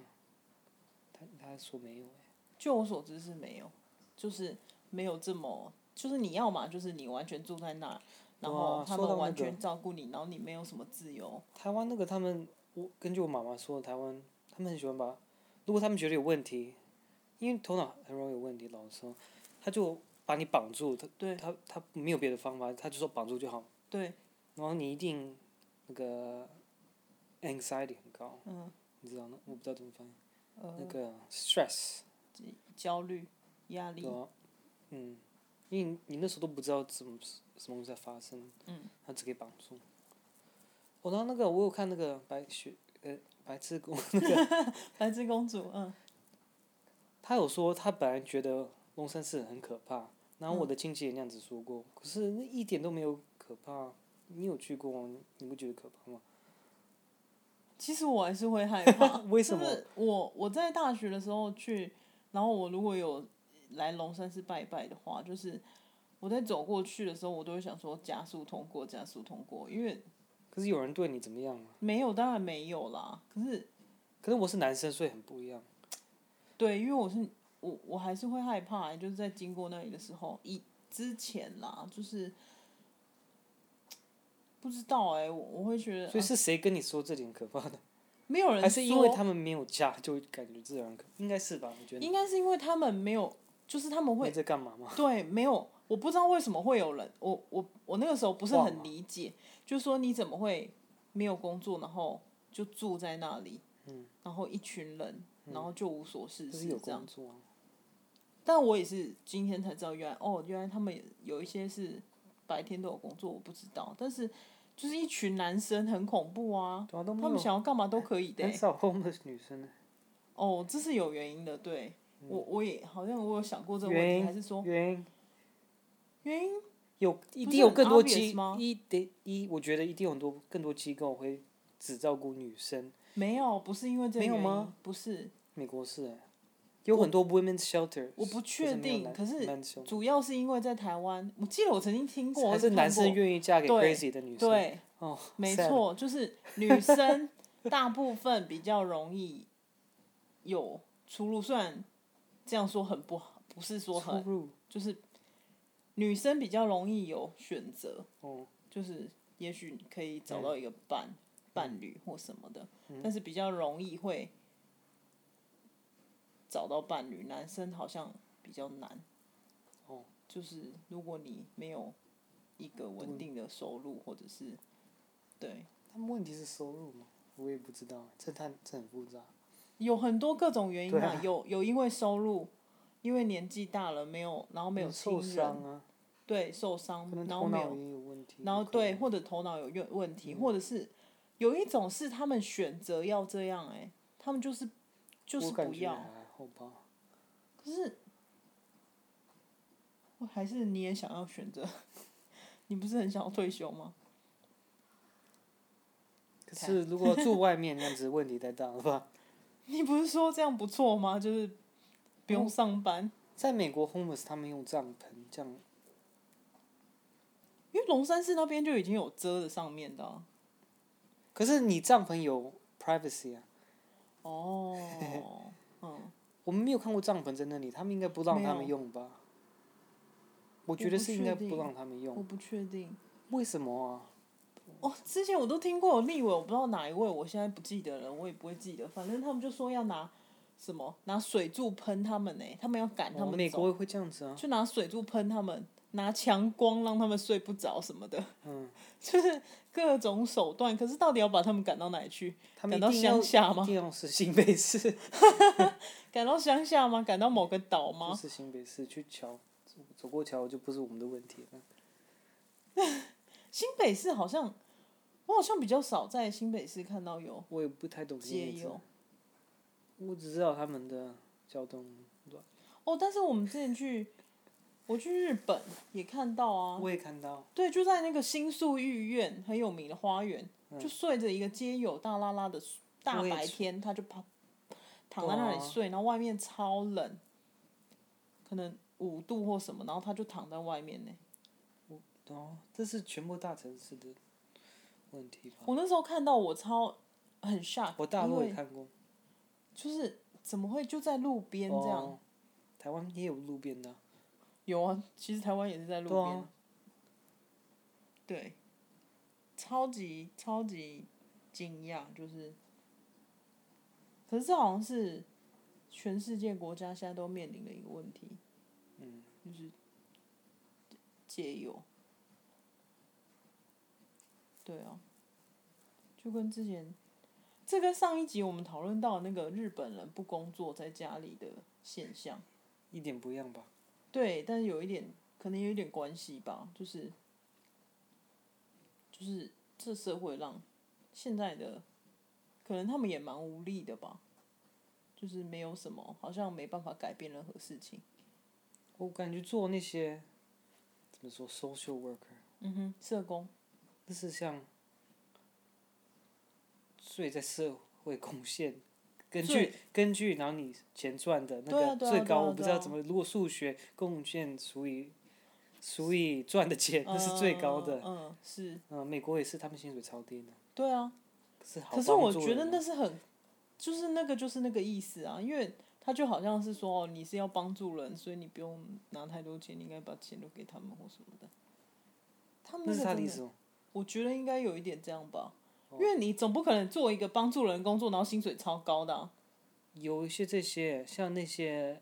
Speaker 1: 她她说没有欸、
Speaker 2: 就我所知是没有，就是没有这么，就是你要嘛，就是你完全住在那儿，然后
Speaker 1: 哇
Speaker 2: 他
Speaker 1: 说到
Speaker 2: 们
Speaker 1: 那
Speaker 2: 完
Speaker 1: 个
Speaker 2: 全照顾你，然后你没有什么自由。
Speaker 1: 台湾那个他们，我根据我妈妈说，台湾他们很喜欢把，如果他们觉得有问题，因为头脑很容易有问题，老实说，他就把你绑住，他
Speaker 2: 对
Speaker 1: 他他没有别的方法，他就说绑住就好，
Speaker 2: 对，
Speaker 1: 然后你一定那个 anxiety 很高，
Speaker 2: 嗯，
Speaker 1: 你知道吗？我不知道怎么翻译，那
Speaker 2: 呃，
Speaker 1: 个 stress，
Speaker 2: 焦虑、压力
Speaker 1: 对，啊，嗯，因为你那时候都不知道怎么什么东西在发生，
Speaker 2: 嗯，
Speaker 1: 他只给绑住。我、然后那个我有看那个白雪呃白痴公那个。
Speaker 2: 白痴公主，嗯
Speaker 1: 他有说他本来觉得龙山寺很可怕，然后我的亲戚也那样子说过，
Speaker 2: 嗯
Speaker 1: 可是那一点都没有可怕。你有去过吗？你不觉得可怕吗？，
Speaker 2: 其实我还是会害怕
Speaker 1: 为什么
Speaker 2: 就是我我在大学的时候去，然后我如果有来龙山寺拜拜的话，就是我在走过去的时候，我都会想说加速通过，加速通过，因为
Speaker 1: 可是有人对你怎么样吗？
Speaker 2: 没有当然没有啦。可是
Speaker 1: 可是我是男生，所以很不一样。
Speaker 2: 对，因为我是我我还是会害怕、就是在经过那里的时候，以之前啦，就是不知道哎、我我会觉得
Speaker 1: 所以
Speaker 2: 啊
Speaker 1: 是谁跟你说这点可怕的？
Speaker 2: 没有人
Speaker 1: 还是因为
Speaker 2: 说
Speaker 1: 他们没有家，就感觉自然可？应该是吧？我觉得
Speaker 2: 应该是因为他们没有，就是他们会
Speaker 1: 你在干嘛吗？
Speaker 2: 对，没有，我不知道为什么会有人，我我我那个时候不是
Speaker 1: 忘
Speaker 2: 很
Speaker 1: 了
Speaker 2: 理解，就是说你怎么会没有工作，然后就住在那里，然后一群人，然后就无所事
Speaker 1: 就
Speaker 2: 事
Speaker 1: 嗯是有
Speaker 2: 这样
Speaker 1: 工。作啊、
Speaker 2: 但我也是今天才知道，原来哦，原来他们有一些是白天都有工作，我不知道。但是就是一群男生很恐怖啊，
Speaker 1: 对啊，都
Speaker 2: 他
Speaker 1: 没
Speaker 2: 们
Speaker 1: 有。
Speaker 2: 想要干嘛都可 以的欸、
Speaker 1: 很少 homeless 女生呢。
Speaker 2: 哦，这是有原因的，对。我我也好像我有想过这个问
Speaker 1: 嗯原
Speaker 2: 题，
Speaker 1: 因
Speaker 2: 还是说
Speaker 1: 原因
Speaker 2: 原因
Speaker 1: 有一定
Speaker 2: 不是
Speaker 1: 有
Speaker 2: 很
Speaker 1: 更多
Speaker 2: obvious
Speaker 1: 机
Speaker 2: 吗
Speaker 1: 一得一，我觉得一定有很多更多机构会只照顾女生。
Speaker 2: 没有，不是因为这个
Speaker 1: 没有
Speaker 2: 原因
Speaker 1: 吗？
Speaker 2: 不是，
Speaker 1: 美国是欸，有很多 women's shelter，
Speaker 2: 我不确定，可是
Speaker 1: 是
Speaker 2: 主要是因为在台湾，我记得我曾经听过，
Speaker 1: 还是
Speaker 2: 或
Speaker 1: 男
Speaker 2: 看
Speaker 1: 生
Speaker 2: 过
Speaker 1: 愿意嫁给
Speaker 2: 对
Speaker 1: crazy 的女生。
Speaker 2: 对，
Speaker 1: 哦，
Speaker 2: 没
Speaker 1: sad
Speaker 2: 错，就是女 生大部分比较容易有出入，虽然这样说很不好，不是说
Speaker 1: 出
Speaker 2: 很，
Speaker 1: 入
Speaker 2: 就是女生比较容易有选择，
Speaker 1: 哦，
Speaker 2: 就是也许你可以
Speaker 1: 嗯
Speaker 2: 找到一个伴、伴侣或什么的，但是比较容易会找到伴侣。男生好像比较难。
Speaker 1: 哦，
Speaker 2: 就是如果你没有一个稳定的收入，或者是对，
Speaker 1: 他们问题是收入嘛，我也不知道，这太这很复杂。
Speaker 2: 有很多各种原因
Speaker 1: 对
Speaker 2: 啊，有有因为收入，因为年纪大了没有，然后没有亲
Speaker 1: 受
Speaker 2: 人，
Speaker 1: 伤啊，
Speaker 2: 对受伤
Speaker 1: 可能，
Speaker 2: 然后
Speaker 1: 头
Speaker 2: 没
Speaker 1: 脑
Speaker 2: 有，
Speaker 1: 也有问题。
Speaker 2: 然后
Speaker 1: 有可能嗯
Speaker 2: 对，或者头脑有问问题，或者是有一种是他们选择要这样、欸，哎，他们就是就是
Speaker 1: 我感
Speaker 2: 不
Speaker 1: 觉啊
Speaker 2: 要，
Speaker 1: 还好吧。
Speaker 2: 可是，我还是你也想要选择， 你不是很想要退休吗？
Speaker 1: 可是如果住外面那样子，问题太大了吧？
Speaker 2: 你不是说这样不错吗？就是不
Speaker 1: 哦
Speaker 2: 用上班，
Speaker 1: 在美国，homeless 他们用帐篷，这样
Speaker 2: 因为龙山寺那边就已经有遮的上面的啊、
Speaker 1: 可是你帐篷有 privacy 啊，
Speaker 2: 哦，嗯，
Speaker 1: 我们没有看过帐篷在那里，他们应该不让他们用吧？我觉得是应该不让他们
Speaker 2: 我
Speaker 1: 用，
Speaker 2: 不确定。
Speaker 1: 为什么啊？
Speaker 2: 哦，之前我都听过有立委，我不知道哪一位，我现在不记得了，我也不会记得。反正他们就说要拿什么拿水柱喷他们呢、他们要赶他
Speaker 1: 哦
Speaker 2: 们
Speaker 1: 美
Speaker 2: 走，
Speaker 1: 国会这样子啊？
Speaker 2: 就拿水柱喷他们，拿强光让他们睡不着什么的，
Speaker 1: 嗯，
Speaker 2: 就是各种手段。可是到底要把他们赶到哪里去？
Speaker 1: 他们
Speaker 2: 赶到
Speaker 1: 一定要
Speaker 2: 乡下吗
Speaker 1: 一定要是新北 市，
Speaker 2: 赶到乡下吗？赶到某个岛
Speaker 1: 不
Speaker 2: 吗？
Speaker 1: 是新北市，去桥走走过桥就不是我们的问题了。
Speaker 2: 新北市好像，我好像比较少在新北市看到有
Speaker 1: 我也不太懂新
Speaker 2: 街
Speaker 1: 北市
Speaker 2: 友，
Speaker 1: 我只知道他们的交通乱。
Speaker 2: 哦。但是我们之前去，我去日本也看到啊，
Speaker 1: 我也看到，
Speaker 2: 对，就在那个新宿御苑很有名的花园，
Speaker 1: 嗯
Speaker 2: 就睡着一个街友大拉拉的睡大
Speaker 1: 我也
Speaker 2: 白
Speaker 1: 去
Speaker 2: 天，他就趴躺在那里
Speaker 1: 对啊
Speaker 2: 睡，然后外面超冷，可能五度或什么，然后他就躺在外面呢。
Speaker 1: 哦，这是全部大城市的问题吧？
Speaker 2: 我那时候看到我超很 shock，
Speaker 1: 我大
Speaker 2: 因
Speaker 1: 陆也
Speaker 2: 为
Speaker 1: 看过，
Speaker 2: 就是怎么会就在路边这样？
Speaker 1: 哦，台湾也有路边的啊。
Speaker 2: 有啊，其实台湾也是在路边啊、对，超级超级惊讶，就是，可是这好像是全世界国家现在都面临的一个问题，
Speaker 1: 嗯，
Speaker 2: 就是借友。对啊，就跟之前，这跟上一集我们讨论到那个日本人不工作在家里的现象。
Speaker 1: 一点不一样吧？
Speaker 2: 对，但是有一点，可能有一点关系吧，就是，就是这社会让现在的，可能他们也蛮无力的吧，就是没有什么，好像没办法改变任何事情。
Speaker 1: 我感觉做那些怎么说 social worker，
Speaker 2: 嗯哼，社工，
Speaker 1: 那是像最在社会贡献，根据根据然后你钱赚的
Speaker 2: 对
Speaker 1: 那个
Speaker 2: 啊对啊
Speaker 1: 最
Speaker 2: 对啊
Speaker 1: 高，我不知
Speaker 2: 对啊
Speaker 1: 道怎么，如果数学贡献除以除以赚的钱，那是
Speaker 2: 嗯
Speaker 1: 最高的。
Speaker 2: 嗯，嗯是，
Speaker 1: 嗯，美国也是，他们薪水超低的，
Speaker 2: 对啊。
Speaker 1: 可是好
Speaker 2: 可是我
Speaker 1: 帮助
Speaker 2: 觉得
Speaker 1: 人啊
Speaker 2: 那是很，就是那个就是那个意思啊，因为他就好像是说，哦，你是要帮助人，所以你不用拿太多钱，你应该把钱都给他们或什么的。他们
Speaker 1: 那
Speaker 2: 那
Speaker 1: 是
Speaker 2: 个
Speaker 1: 他
Speaker 2: 真
Speaker 1: 的意
Speaker 2: 的
Speaker 1: 思吗？
Speaker 2: 我觉得应该有一点这样吧，因为你总不可能做一个帮助人的工作，然后薪水超高的啊、
Speaker 1: 有一些这些像那些，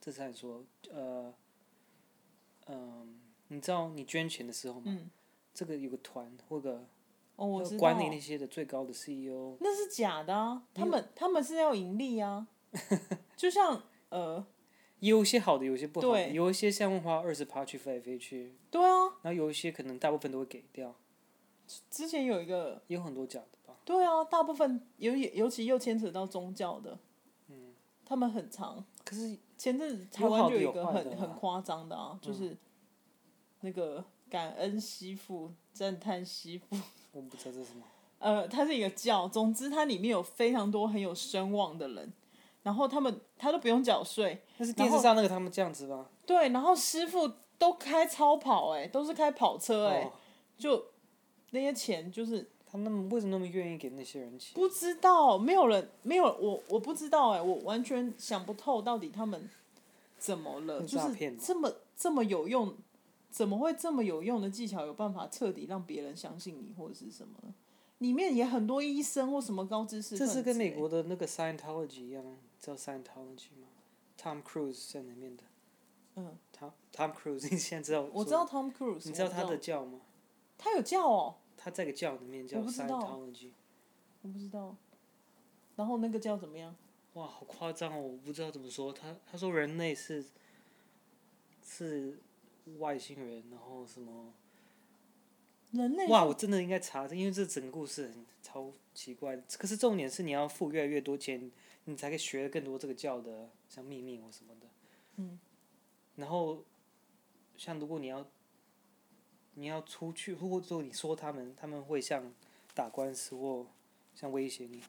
Speaker 1: 这是按说，呃，嗯、你知道你捐钱的时候吗？
Speaker 2: 嗯
Speaker 1: 这个有个团或个
Speaker 2: 哦，我知道，
Speaker 1: 管理那些的最高的 E CEO，
Speaker 2: 那是假的啊，他们他们是要盈 利啊，就像呃，
Speaker 1: 有一些好的，有一些不好的，
Speaker 2: 对
Speaker 1: 有一些项目花二十趴去飞来飞去，
Speaker 2: 对啊，
Speaker 1: 然后有一些可能大部分都会给掉，
Speaker 2: 之前有一个，
Speaker 1: 也有很多假的吧？
Speaker 2: 对啊，大部分尤尤其又牵扯到宗教的，嗯，他们很长，
Speaker 1: 可是
Speaker 2: 前阵子台
Speaker 1: 有好
Speaker 2: 湾
Speaker 1: 的
Speaker 2: 就
Speaker 1: 有
Speaker 2: 一个
Speaker 1: 坏
Speaker 2: 很
Speaker 1: 的啊嗯
Speaker 2: 很夸张的啊，就是那个感恩媳妇、赞叹媳妇。
Speaker 1: 我不知道这是什么，
Speaker 2: 呃，它是一个教，总之它里面有非常多很有声望的人，然后他们他都不用缴税，
Speaker 1: 那是电视上那个他们这样子吧？
Speaker 2: 对，然后师傅都开超跑、哎，都是开跑车、哎、
Speaker 1: 哦
Speaker 2: 就那些钱就是
Speaker 1: 他们那么为什么那么愿意给那些人钱？
Speaker 2: 不知道，没有人没有我我不知道、哎，我完全想不透到底他们怎么了，
Speaker 1: 是
Speaker 2: 就
Speaker 1: 诈
Speaker 2: 是
Speaker 1: 骗吧
Speaker 2: 这么这么有用，怎么会这么有用的技巧有办法彻底让别人相信你或者是什么？里面也很多医生或什么高知识
Speaker 1: 这
Speaker 2: 分子欸。
Speaker 1: 是跟美国的那个 Scientology 一样，知道 Scientology 吗？Tom Cruise 在里面的。
Speaker 2: 嗯。
Speaker 1: Tom Tom Cruise，你现在知道？
Speaker 2: 我知。道 Tom Cruise，
Speaker 1: 你知道
Speaker 2: 我
Speaker 1: 他的教吗？
Speaker 2: 他有叫哦，
Speaker 1: 他在个教里面叫
Speaker 2: 我不知道
Speaker 1: Scientology。
Speaker 2: 我不知道。然后那个叫怎么样？
Speaker 1: 哇，好夸张哦！我不知道怎么说。他他说人类是是外星人，然后什么？
Speaker 2: 人类
Speaker 1: 哇，我真的应该查，因为这整个故事很超奇怪。可是重点是你要付越来越多钱，你才可以学更多这个教的，像秘密或什么的。
Speaker 2: 嗯。
Speaker 1: 然后，像如果你要，你要出去，或者说你说他们，他们会像打官司或像威胁你。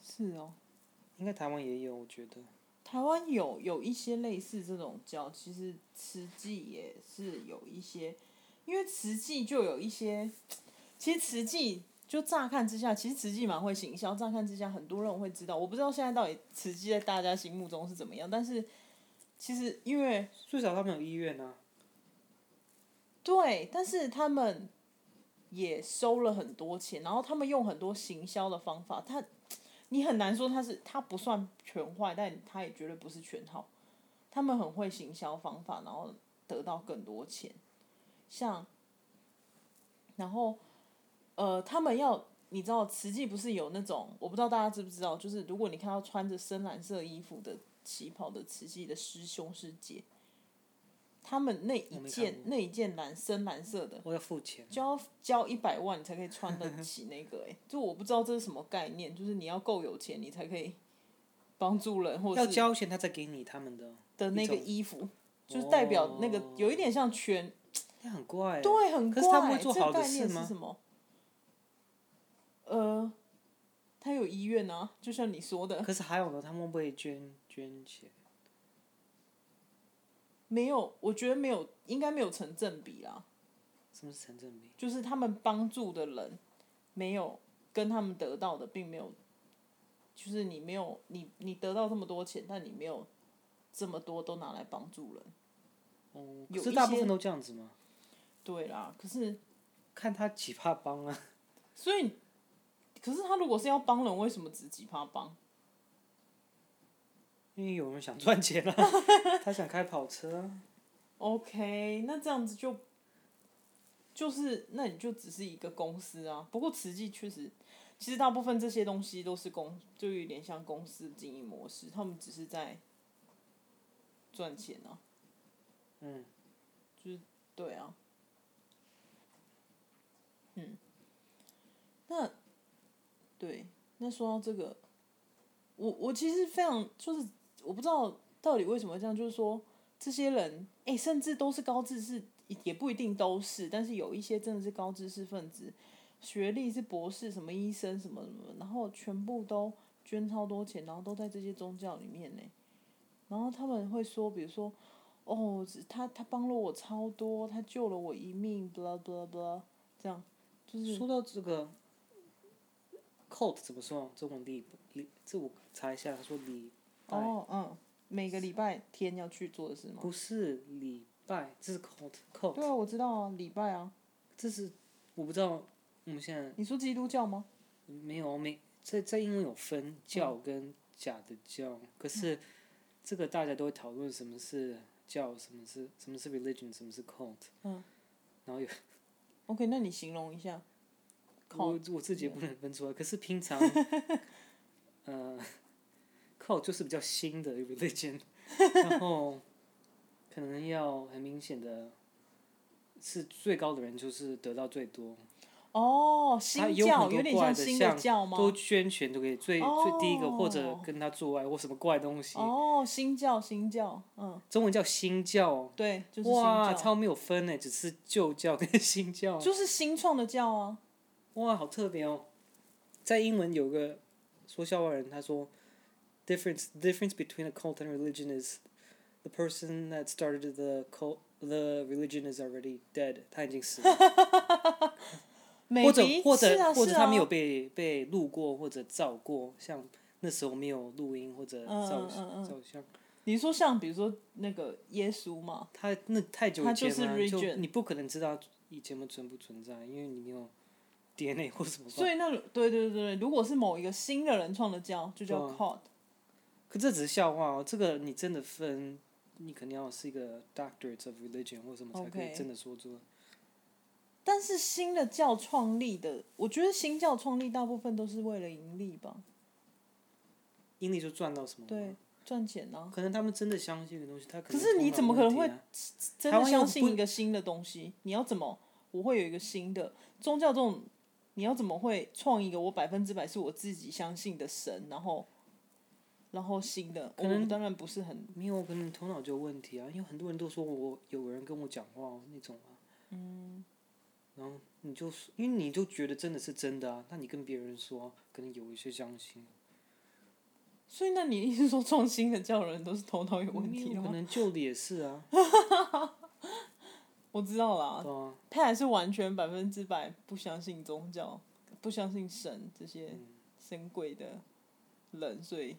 Speaker 2: 是哦，
Speaker 1: 应该台湾也有，我觉得。
Speaker 2: 台湾有有一些类似这种教，其实慈济也是有一些，因为慈济就有一些，其实慈济就乍看之下，其实慈济蛮会行销，乍看之下很多人会知道，我不知道现在到底慈济在大家心目中是怎么样，但是其实因为
Speaker 1: 最少他们有医院啊。
Speaker 2: 对，但是他们也收了很多钱，然后他们用很多行销的方法，他你很难说他是他不算全坏，但他也绝对不是全好。他们很会行销方法，然后得到更多钱，像，然后，呃，他们要你知道，慈济不是有那种我不知道大家知不知道，就是如果你看到穿着深蓝色衣服的旗袍的慈济的师兄师姐，他们那
Speaker 1: 我
Speaker 2: 一
Speaker 1: 没看
Speaker 2: 件
Speaker 1: 过
Speaker 2: 那一件蓝深蓝色的，
Speaker 1: 我要付钱。
Speaker 2: 就要交一百万你才可以穿得起 那个、欸，哎，就我不知道这是什么概念，就是你要够有钱，你才可以帮助人或
Speaker 1: 要
Speaker 2: 者是
Speaker 1: 交钱，他才给你他们的。
Speaker 2: 的那个
Speaker 1: 一种
Speaker 2: 衣服，就是代表那个
Speaker 1: 哦
Speaker 2: 有一点像权，
Speaker 1: 那很怪欸。
Speaker 2: 对，很
Speaker 1: 可
Speaker 2: 怪。
Speaker 1: 是他们会做
Speaker 2: 这个
Speaker 1: 好的
Speaker 2: 概念
Speaker 1: 事吗
Speaker 2: 是什么？呃，他有医院啊，就像你说的，
Speaker 1: 可是还有呢，他们会不会捐捐钱？
Speaker 2: 没有，我觉得没有，应该没有成正比啦。
Speaker 1: 什么是城镇比？
Speaker 2: 就是他们帮助的人没有跟他们得到的并没有，就是你没有你你得到这么多钱，但你没有这么多都拿来帮助人。
Speaker 1: 哦，
Speaker 2: 有
Speaker 1: 可是
Speaker 2: 一
Speaker 1: 大部
Speaker 2: 些
Speaker 1: 分都这样子吗？
Speaker 2: 对啦，可是
Speaker 1: 看他几怕帮啊，
Speaker 2: 所以，可是他如果是要帮人，为什么只几趴帮？
Speaker 1: 因为有人想赚钱 啊，他想开跑车啊，
Speaker 2: OK，那这样子就就是那你就只是一个公司啊。不过慈济确实，其实大部分这些东西都是公，就有点像公司经营模式，他们只是在赚钱啊。
Speaker 1: 嗯，
Speaker 2: 就是对啊，嗯，那对，那说到这个，我我其实非常就是我不知道到底为什么这样，就是说这些人，哎、甚至都是高知识，也也不一定都是，但是有一些真的是高知识分子，学历是博士，什么医生什么什么，然后全部都捐超多钱，然后都在这些宗教里面呢。然后他们会说，比如说，哦，只他他帮了我超多，他救了我一命，blah blah blah，这样就是
Speaker 1: 说到这个，cult 怎么说？中文礼礼，这我查一下，他说礼拜、
Speaker 2: 哦，嗯，每个礼拜天要去做的事吗？
Speaker 1: 不是礼拜，这是 cult
Speaker 2: 对
Speaker 1: cult，
Speaker 2: 啊，我知道啊，礼拜啊。
Speaker 1: 这是我不知道我们现在
Speaker 2: 你说基督教吗？
Speaker 1: 没有没在在英文有分教跟假的教，可是这个大家都会讨论什么是教，什么是什么是 religion，什么是 cult，
Speaker 2: 嗯
Speaker 1: 然后有
Speaker 2: OK，那你形容一下。
Speaker 1: 我我自己也不能分出来，可是平 常呃 cult 就是比较新的 religion，然后可能要很明显的。是最高的人就是得到最多，
Speaker 2: 哦，
Speaker 1: 它
Speaker 2: 新
Speaker 1: 有
Speaker 2: 教
Speaker 1: 很多
Speaker 2: 点
Speaker 1: 怪
Speaker 2: 像
Speaker 1: 的
Speaker 2: 新的
Speaker 1: 像
Speaker 2: 教吗？
Speaker 1: 多捐钱都可以最、最第一个，或者
Speaker 2: 哦
Speaker 1: 跟他做爱或什么怪东西，
Speaker 2: 哦，新教，新教，嗯，
Speaker 1: 中文叫新教哦，
Speaker 2: 对，就是新
Speaker 1: 哇，
Speaker 2: 教，
Speaker 1: 超没有分呢，只是旧教跟新 教，
Speaker 2: 就是新创的教啊。
Speaker 1: 哇，好特别哦。在英文有个说笑话人，他说，difference difference between a cult and religion is the person that started the cult the religion is already dead，他已经死 了，
Speaker 2: 美
Speaker 1: 或者
Speaker 2: 鼻
Speaker 1: 或
Speaker 2: 是
Speaker 1: 者、
Speaker 2: 啊
Speaker 1: 或
Speaker 2: 是
Speaker 1: 者
Speaker 2: 啊
Speaker 1: 他没有被被录过或者照过，像那时候没有录音或者
Speaker 2: 嗯
Speaker 1: 照
Speaker 2: 嗯嗯嗯
Speaker 1: 照相，
Speaker 2: 你说像比如说那个耶稣嘛，
Speaker 1: 他那太久
Speaker 2: 他
Speaker 1: 以
Speaker 2: 就
Speaker 1: 前
Speaker 2: 是
Speaker 1: 了，就
Speaker 2: region
Speaker 1: 你不可能知道以前的存不存在，因为你没有 DNA 或什么吧。
Speaker 2: 所以那对对对对，如果是某一个新的人创的教，就叫
Speaker 1: 对
Speaker 2: cult。
Speaker 1: 可这只是笑话哦，这个你真的分，你肯定要是一个 Doctorate of Religion 或什么才可以
Speaker 2: OK
Speaker 1: 真的说出来。
Speaker 2: 但是新的教创立的，我觉得新教创立大部分都是为了盈利吧，
Speaker 1: 英利就赚到什么？
Speaker 2: 对，，赚钱啊。
Speaker 1: 可能他们真的相信这个东西，他
Speaker 2: 可是你怎么可能会
Speaker 1: 头脑有问题啊
Speaker 2: 真
Speaker 1: 台
Speaker 2: 的
Speaker 1: 湾又
Speaker 2: 相
Speaker 1: 不
Speaker 2: 信一个新的东西，你要怎么？我会有一个新的宗教这种，你要怎么会创一个我百分之百是我自己相信的神，然后，然后新的，
Speaker 1: 可能
Speaker 2: 我当然不是很
Speaker 1: 没有，可能头脑就有问题啊，因为很多人都说我有人跟我讲话哦那种啊，嗯，然后你就是因为你就觉得真的是真的啊，那你跟别人说，可能有一些相信，
Speaker 2: 所以，那你意思说创新的教人都是头脑有问题哦
Speaker 1: 没
Speaker 2: 的
Speaker 1: 有可
Speaker 2: 吗？
Speaker 1: 能旧的也是 啊，
Speaker 2: 我知道
Speaker 1: 对
Speaker 2: 啦，
Speaker 1: 啊，
Speaker 2: 他还是完全百分之百不相信宗教，不相信神这
Speaker 1: 嗯
Speaker 2: 些神鬼的人，所以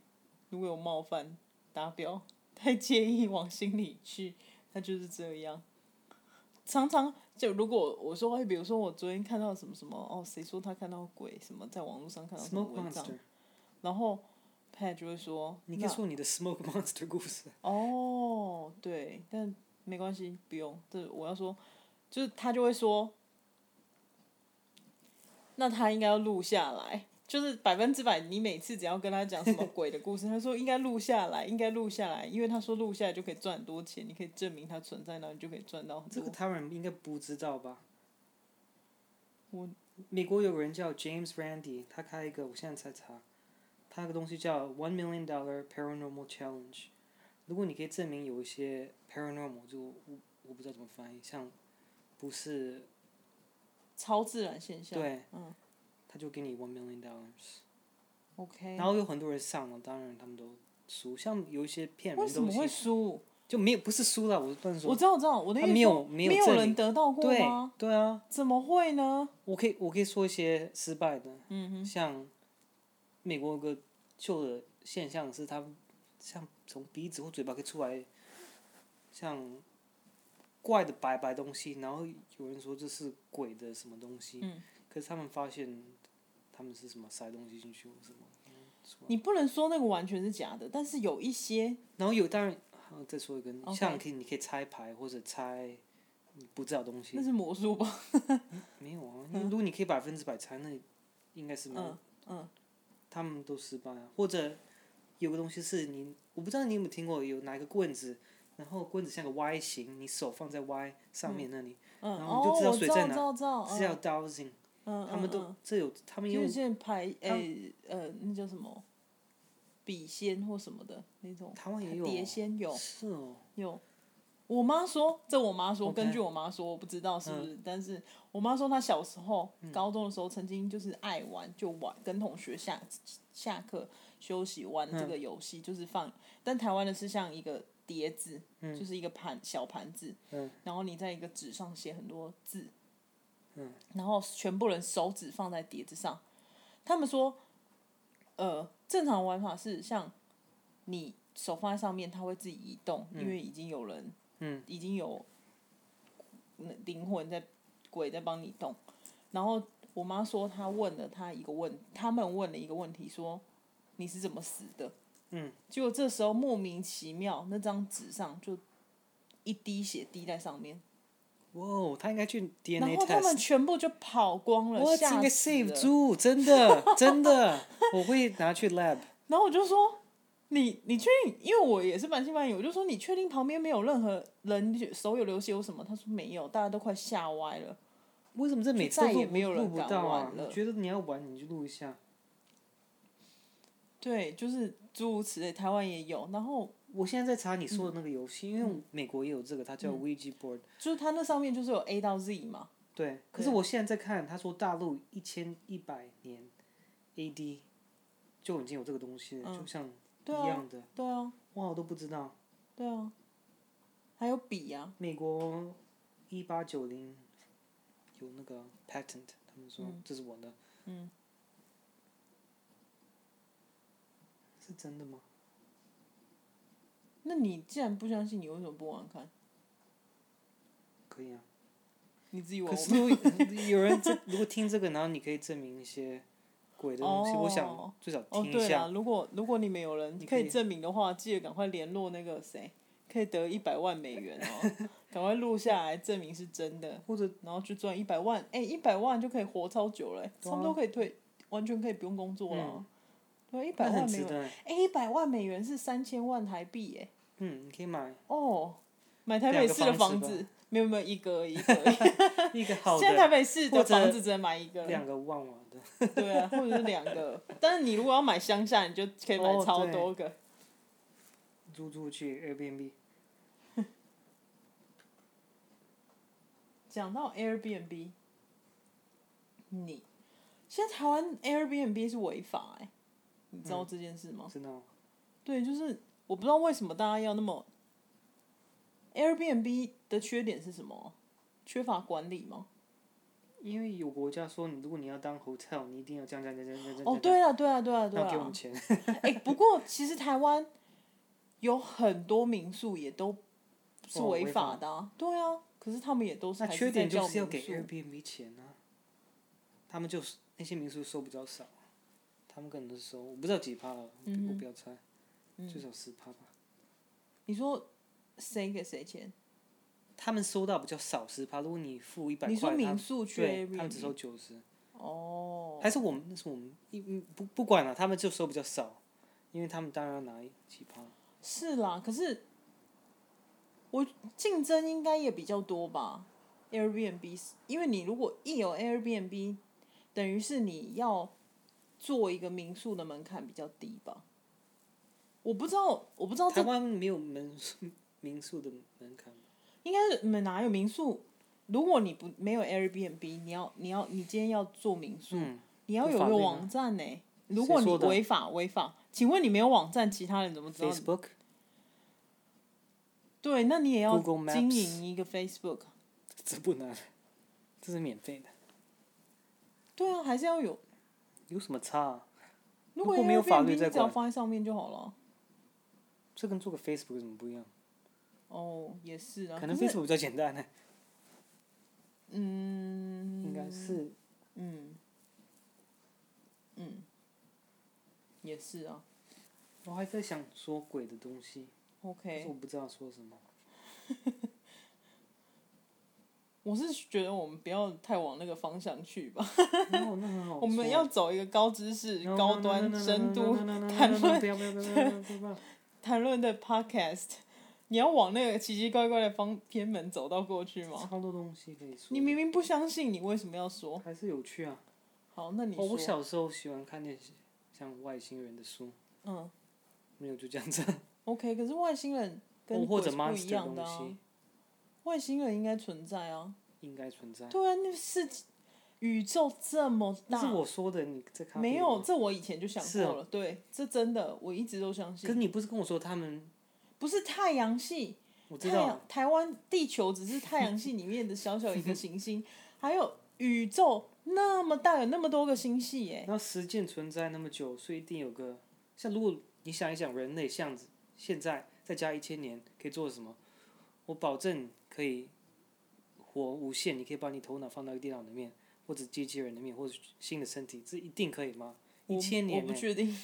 Speaker 2: 如果有冒犯达标，太介意往心里去，他就是这样。常常就如果我说，哎，比如说我昨天看到什么什么，哦，谁说他看到鬼什么，在网络上看到什么
Speaker 1: Smoke
Speaker 2: 文章，
Speaker 1: Monster，
Speaker 2: 然后 Pat 就会说，
Speaker 1: 你可以说你的 Smoke Monster 故事，
Speaker 2: 哦，对，但没关系，不用。这我要说，就是他就会说，那他应该要录下来，就是百分之百。你每次只要跟他讲什么鬼的 故事，他说应该录下来，应该录下来，因为他说录下来就可以赚很多钱，你可以证明它存在，那你就可以赚到很
Speaker 1: 这
Speaker 2: 多
Speaker 1: 个。台湾人应该不知道吧？
Speaker 2: 我
Speaker 1: 美国有个人叫 James Randi，他开一个，我现在才查，他那个东西叫 One Million Dollar Paranormal Challenge。如果你可以证明有一些 paranormal，就我我不知道怎么翻译，像不是
Speaker 2: 超自然现象。
Speaker 1: 对，
Speaker 2: 嗯
Speaker 1: 他就给你 one million dollars。
Speaker 2: ，OK。
Speaker 1: 然后有很多人上了，当然他们都输，像有一些骗
Speaker 2: 为
Speaker 1: 人的
Speaker 2: 什么
Speaker 1: 东
Speaker 2: 会
Speaker 1: 西
Speaker 2: 输？
Speaker 1: 就没有不是输了，我乱
Speaker 2: 我
Speaker 1: 说。
Speaker 2: 知道，我知道，我的意
Speaker 1: 他
Speaker 2: 思
Speaker 1: 没有
Speaker 2: 说
Speaker 1: 没
Speaker 2: 没
Speaker 1: 有证
Speaker 2: 人
Speaker 1: 明
Speaker 2: 得到过
Speaker 1: 对
Speaker 2: 吗？
Speaker 1: 对啊，
Speaker 2: 怎么会呢？
Speaker 1: 我可以我可以说一些失败的，
Speaker 2: 嗯哼。
Speaker 1: 像美国有个旧的现象是，它像从鼻子或嘴巴可以出来，像怪的白白东西，然后有人说这是鬼的什么东西，
Speaker 2: 嗯
Speaker 1: 可是他们发现他们是什么塞东西进去或什么，
Speaker 2: 你不能说那个完全是假的，但是有一些
Speaker 1: 然后有当然好再说一个
Speaker 2: OK
Speaker 1: 像可以你可以拆牌或者拆你不知道的东西
Speaker 2: 那，是魔术吧？
Speaker 1: 没有啊，因为如果你可以百分之百猜，那应该是没有
Speaker 2: 嗯嗯，
Speaker 1: 他们都失败啊，或者有个东西是你，我不知道你有没有听过，有拿一个棍子，然后棍子像个 Y 型，你手放在 Y 上面那里，
Speaker 2: 嗯，
Speaker 1: 然
Speaker 2: 哦，
Speaker 1: 后你就知道
Speaker 2: 我
Speaker 1: 水
Speaker 2: 知道
Speaker 1: 在
Speaker 2: 知
Speaker 1: 哪
Speaker 2: 道知道，
Speaker 1: 是
Speaker 2: 嗯
Speaker 1: 要 dowsing，、
Speaker 2: 嗯，
Speaker 1: 他们都、
Speaker 2: 嗯嗯
Speaker 1: 这有，啊他们
Speaker 2: 就
Speaker 1: 用
Speaker 2: 是现在排
Speaker 1: 他
Speaker 2: 诶呃，那叫什么笔仙或什么的那种，
Speaker 1: 台湾也有啊
Speaker 2: 碟仙有
Speaker 1: 是哦，
Speaker 2: 有。我妈说，这我妈说
Speaker 1: OK 嗯
Speaker 2: 根据我妈说，我不知道是不是，但是我妈说她小时候、高中的时候，曾经就是爱玩就玩，跟同学下下课休息玩
Speaker 1: 嗯
Speaker 2: 这个游戏，就是放，但台湾的是像一个碟子，就是一个盘小盘子，
Speaker 1: 嗯
Speaker 2: 然后你在一个纸上写很多字，
Speaker 1: 嗯
Speaker 2: 然后全部人手指放在碟子上。他们说，呃，正常玩法是像你手放在上面，它会自己移动，因为已经有人，
Speaker 1: 嗯，
Speaker 2: 已经有那灵魂在鬼在帮你动。然后我妈说，她问了她一个问，他们问了一个问题，说你是怎么死的？
Speaker 1: 嗯，
Speaker 2: 结果这时候莫名其妙，那张纸上就一滴血滴在上面，
Speaker 1: 哇哦，他应该去 DNA
Speaker 2: 然后他们
Speaker 1: test。
Speaker 2: 全部就跑光了，
Speaker 1: 我
Speaker 2: 吓
Speaker 1: 应该
Speaker 2: 死
Speaker 1: save
Speaker 2: 了
Speaker 1: 猪，真 的真的，我会拿去 lab。
Speaker 2: 然后我就说：“你你确定？因为我也是半信半疑，我就说你确定旁边没有任何人手有流血或什么？”他说：“没有，大家都快吓歪了。
Speaker 1: 为什么这每次
Speaker 2: 就
Speaker 1: 都
Speaker 2: 再 也
Speaker 1: 录
Speaker 2: 没有人
Speaker 1: 录不
Speaker 2: 敢
Speaker 1: 到啊？
Speaker 2: 玩了
Speaker 1: 我觉得你要玩你就录一下。”
Speaker 2: 对，就是诸如此类，台湾也有。然后
Speaker 1: 我现在在查你说的那个游戏，因
Speaker 2: 嗯
Speaker 1: 为美国也有这个，它叫 Ouija board。
Speaker 2: 就是它那上面就是有 A 到 Z 嘛，
Speaker 1: 对，可是我现在在看，他说大陆一千一百年 AD 就已经有这个东西了，就像一
Speaker 2: 对啊
Speaker 1: 样的，
Speaker 2: 对啊，
Speaker 1: 哇，我都不知道。
Speaker 2: 对啊，还有笔啊，
Speaker 1: 美国一八九零有那个 patent，他们说这是我的，
Speaker 2: 嗯，
Speaker 1: 是真的吗？
Speaker 2: 那你既然不相信，你为什么不玩玩看？
Speaker 1: 可以啊。
Speaker 2: 你自己玩
Speaker 1: 可
Speaker 2: 玩
Speaker 1: 是如果有人这如果听这个，然后你可以证明一些鬼的东西，我
Speaker 2: 哦
Speaker 1: 想最少
Speaker 2: 哦
Speaker 1: 听，一
Speaker 2: 对
Speaker 1: 下。
Speaker 2: 啦，如果如果你们有人
Speaker 1: 你
Speaker 2: 可
Speaker 1: 可
Speaker 2: 以
Speaker 1: 以
Speaker 2: 证明的话，记得赶快联络那个谁，可以得一百万美元 哦，赶快录下来证明是真的，
Speaker 1: 或者
Speaker 2: 然后去赚一百万，哎、一百万就可以活超久了、
Speaker 1: 对啊嗯
Speaker 2: 差不多可以退，完全可以不用工作了啊。对，一百
Speaker 1: 那很
Speaker 2: 万美
Speaker 1: 值
Speaker 2: 元，
Speaker 1: 得欸。
Speaker 2: 哎、一百万美元是三千万台币、哎，
Speaker 1: 嗯，你可以买
Speaker 2: 哦，买台
Speaker 1: 两
Speaker 2: 北
Speaker 1: 个
Speaker 2: 市的
Speaker 1: 房
Speaker 2: 房
Speaker 1: 子
Speaker 2: 子，没有没有一个而已一个 而已，
Speaker 1: 一个好
Speaker 2: 现在台
Speaker 1: 的，
Speaker 2: 北市
Speaker 1: 或
Speaker 2: 的
Speaker 1: 者
Speaker 2: 房子只能买一个，
Speaker 1: 两个万瓦的，
Speaker 2: 对啊，或者是两个。但是你如果要买乡下，你就可以买
Speaker 1: 哦
Speaker 2: 超
Speaker 1: 对
Speaker 2: 多个。
Speaker 1: 租出去 Airbnb。
Speaker 2: 讲到 Airbnb，你现在台湾 Airbnb 是违法哎、你知道这件事吗？
Speaker 1: 真的哦，
Speaker 2: 对，就是我不知道为什么大家要那么 Airbnb 的缺点是什么？缺乏管理吗？
Speaker 1: 因为有国家说你，如果你要当 hotel，你一定要这样这样这样这样这样。
Speaker 2: 哦，对啊，对啊，对啊，对
Speaker 1: 那给我
Speaker 2: 啊
Speaker 1: 们。钱。
Speaker 2: 哎、不过其实台湾有很多民宿也都是
Speaker 1: 哦
Speaker 2: 违
Speaker 1: 违
Speaker 2: 法的、啊，对啊。可是他们也都是
Speaker 1: 那
Speaker 2: 还是
Speaker 1: 缺点
Speaker 2: 在叫
Speaker 1: 就是要
Speaker 2: 民
Speaker 1: 给
Speaker 2: 宿
Speaker 1: Airbnb 钱啊，他们就是那些民宿收比较少，他们可能收我不知道几趴了，
Speaker 2: 嗯哼嗯
Speaker 1: 我不要猜，最少十趴吧。
Speaker 2: 你说谁给谁钱？
Speaker 1: 他们收到比较少十趴，如果你付一百
Speaker 2: 你
Speaker 1: 块，
Speaker 2: 说
Speaker 1: 他
Speaker 2: 民
Speaker 1: 们
Speaker 2: 宿去
Speaker 1: 对，他们只
Speaker 2: Airbnb
Speaker 1: 收九十，
Speaker 2: 哦，
Speaker 1: 还是我们那是我们一嗯不不管了、他们就收比较少，因为他们当然要拿几趴。
Speaker 2: 是啦，可是我竞争应该也比较多吧？Airbnb，是因为你如果一有 Airbnb，等于是你要做一个民宿的门槛比较低吧？我不知道，我不知道
Speaker 1: 台
Speaker 2: 这
Speaker 1: 湾没有门宿民宿的门槛吗，
Speaker 2: 应该是你们哪有民宿？如果你不没有 Airbnb，你要你要你今天要做民宿，
Speaker 1: 嗯，
Speaker 2: 你要有
Speaker 1: 法
Speaker 2: 个
Speaker 1: 律吗
Speaker 2: 网站呢、如果你
Speaker 1: 说的
Speaker 2: 违法违法，请问你没有网站，其他人怎么知道你？
Speaker 1: Facebook
Speaker 2: 对，那你也要
Speaker 1: Google Maps
Speaker 2: 经营一个 Facebook。
Speaker 1: 这不难，这是免费的，
Speaker 2: 对啊，还是要有。
Speaker 1: 有什么差、啊？
Speaker 2: 如
Speaker 1: 如
Speaker 2: 果
Speaker 1: 果没有法律
Speaker 2: Airbnb，
Speaker 1: 在
Speaker 2: 你只要
Speaker 1: 管
Speaker 2: 放在上面就好了。
Speaker 1: 这跟做个 Facebook 有什么不一样？
Speaker 2: 哦，也是啊。
Speaker 1: 可能
Speaker 2: 是
Speaker 1: Facebook 比较简单呢、
Speaker 2: 嗯，
Speaker 1: 应该是
Speaker 2: 嗯，嗯，也是啊。
Speaker 1: 我还在想说鬼的东西，但是
Speaker 2: OK，
Speaker 1: 我不知道说什么。
Speaker 2: 我是觉得我们不要太往那个方向去吧，
Speaker 1: 哦，那很好说。
Speaker 2: 我们要走一个高知识、
Speaker 1: No, no, no,
Speaker 2: 高端
Speaker 1: no, no, no, no, no, no, no, no, no, no,
Speaker 2: 深度
Speaker 1: no, no, no, no,
Speaker 2: 谈
Speaker 1: no,
Speaker 2: 论
Speaker 1: no, 不要不要不要不要不要不要！
Speaker 2: 谈论的 Podcast。你要往那个奇奇怪怪的方偏门走到过去吗？
Speaker 1: 超多东西可以说。
Speaker 2: 你明明不相信，你为什么要说？
Speaker 1: 还是有趣啊！
Speaker 2: 好，那你
Speaker 1: 哦，我
Speaker 2: 说，
Speaker 1: 小时候喜欢看那些像外星人的书，
Speaker 2: 嗯
Speaker 1: 没有就这样子。
Speaker 2: ，OK，可是外星人跟
Speaker 1: 哦或者
Speaker 2: 鬼是不一
Speaker 1: monster
Speaker 2: 样的
Speaker 1: 东
Speaker 2: 啊
Speaker 1: 西，
Speaker 2: 外星人应该存在啊，
Speaker 1: 应该存在。
Speaker 2: 对啊，那世界宇宙这么
Speaker 1: 这是
Speaker 2: 哦大，
Speaker 1: 我说的，你在看
Speaker 2: 没有，？这我以前就想
Speaker 1: 是哦
Speaker 2: 过了，对，这真的我一直都相
Speaker 1: 可是
Speaker 2: 信，
Speaker 1: 你不是跟我说他们？
Speaker 2: 不是太阳系，
Speaker 1: 我知
Speaker 2: 太阳
Speaker 1: 道，
Speaker 2: 台湾地球只是太阳系里面的小小一个行星，还有宇宙那么大，有那么多个星系耶，
Speaker 1: 然后实践存在那么久，所以一定有个像如果你想一想，人类像现在再加一千年可以做什么？我保证可以活无限，你可以把你头脑放到一个电脑里面，或者机器人里面，或者新的身体，这一定可以吗？ 一
Speaker 2: 我
Speaker 1: 千年欸
Speaker 2: 我不
Speaker 1: 呢、
Speaker 2: 确定。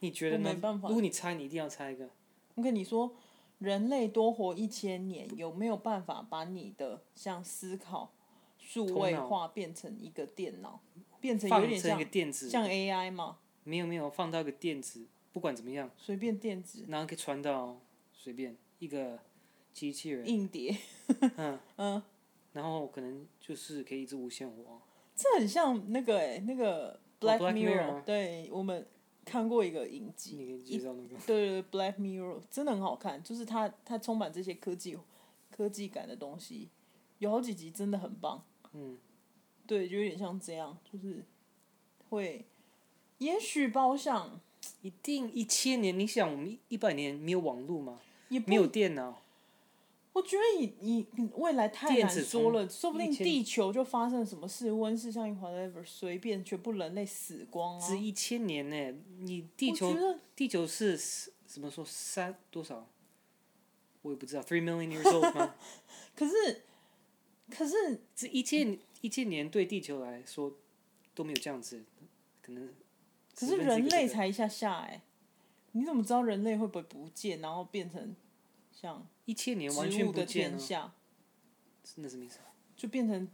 Speaker 1: 你觉得
Speaker 2: 我
Speaker 1: 呢？
Speaker 2: 没办法
Speaker 1: 如果你猜，你一定要猜一个。
Speaker 2: 我跟你说，人类多活一千年，有没有办法把你的像思考数位
Speaker 1: 头
Speaker 2: 化变成一个电脑，变成有
Speaker 1: 放
Speaker 2: 点
Speaker 1: 成一
Speaker 2: 像
Speaker 1: 个电子，
Speaker 2: 像 AI 嘛？
Speaker 1: 没有没有放到一个电子，不管怎么样，
Speaker 2: 随便电子
Speaker 1: 然后可以传到随便一个机器人，
Speaker 2: 硬碟，
Speaker 1: 嗯，
Speaker 2: 嗯，
Speaker 1: 然后可能就是可以一直无限活。
Speaker 2: 这很像那个哎、那个 Black
Speaker 1: 哦 Black
Speaker 2: Mirror，、
Speaker 1: Mirror
Speaker 2: 对我们看过一个影集，
Speaker 1: 你可以介绍那个。
Speaker 2: 对对对，Black Mirror 真的很好看，就是它它充满这些科技科技感的东西，有好几集真的很棒。
Speaker 1: 嗯，
Speaker 2: 对，就有点像这样，就是会，也许吧，我想
Speaker 1: 一定一千年，你想我们一一百年没有网络吗？
Speaker 2: 也不
Speaker 1: 没有电脑，
Speaker 2: 我觉得以以以未来太难
Speaker 1: 电子
Speaker 2: 说了，说不定
Speaker 1: 一千
Speaker 2: 地球就发生了什么事，温室效应 whatever，随
Speaker 1: 哦
Speaker 2: 便全部人类死光啊！
Speaker 1: 只一千年呢、你地
Speaker 2: 我
Speaker 1: 球
Speaker 2: 觉得
Speaker 1: 地球是四怎么说三多少？我也不知道，three million years old 吗？
Speaker 2: 可是，可是
Speaker 1: 这一千一千年对地球来说都没有这样子，可能
Speaker 2: 可
Speaker 1: 10
Speaker 2: 是
Speaker 1: 分之一
Speaker 2: 人
Speaker 1: 个
Speaker 2: 类
Speaker 1: 这个
Speaker 2: 才一下下哎、你怎么知道人类会不会不见，然后变成像
Speaker 1: 一千年完
Speaker 2: 植
Speaker 1: 全
Speaker 2: 物
Speaker 1: 不
Speaker 2: 的
Speaker 1: 见啊
Speaker 2: 天
Speaker 1: 了，
Speaker 2: 下，
Speaker 1: 那什么意思？
Speaker 2: 就变成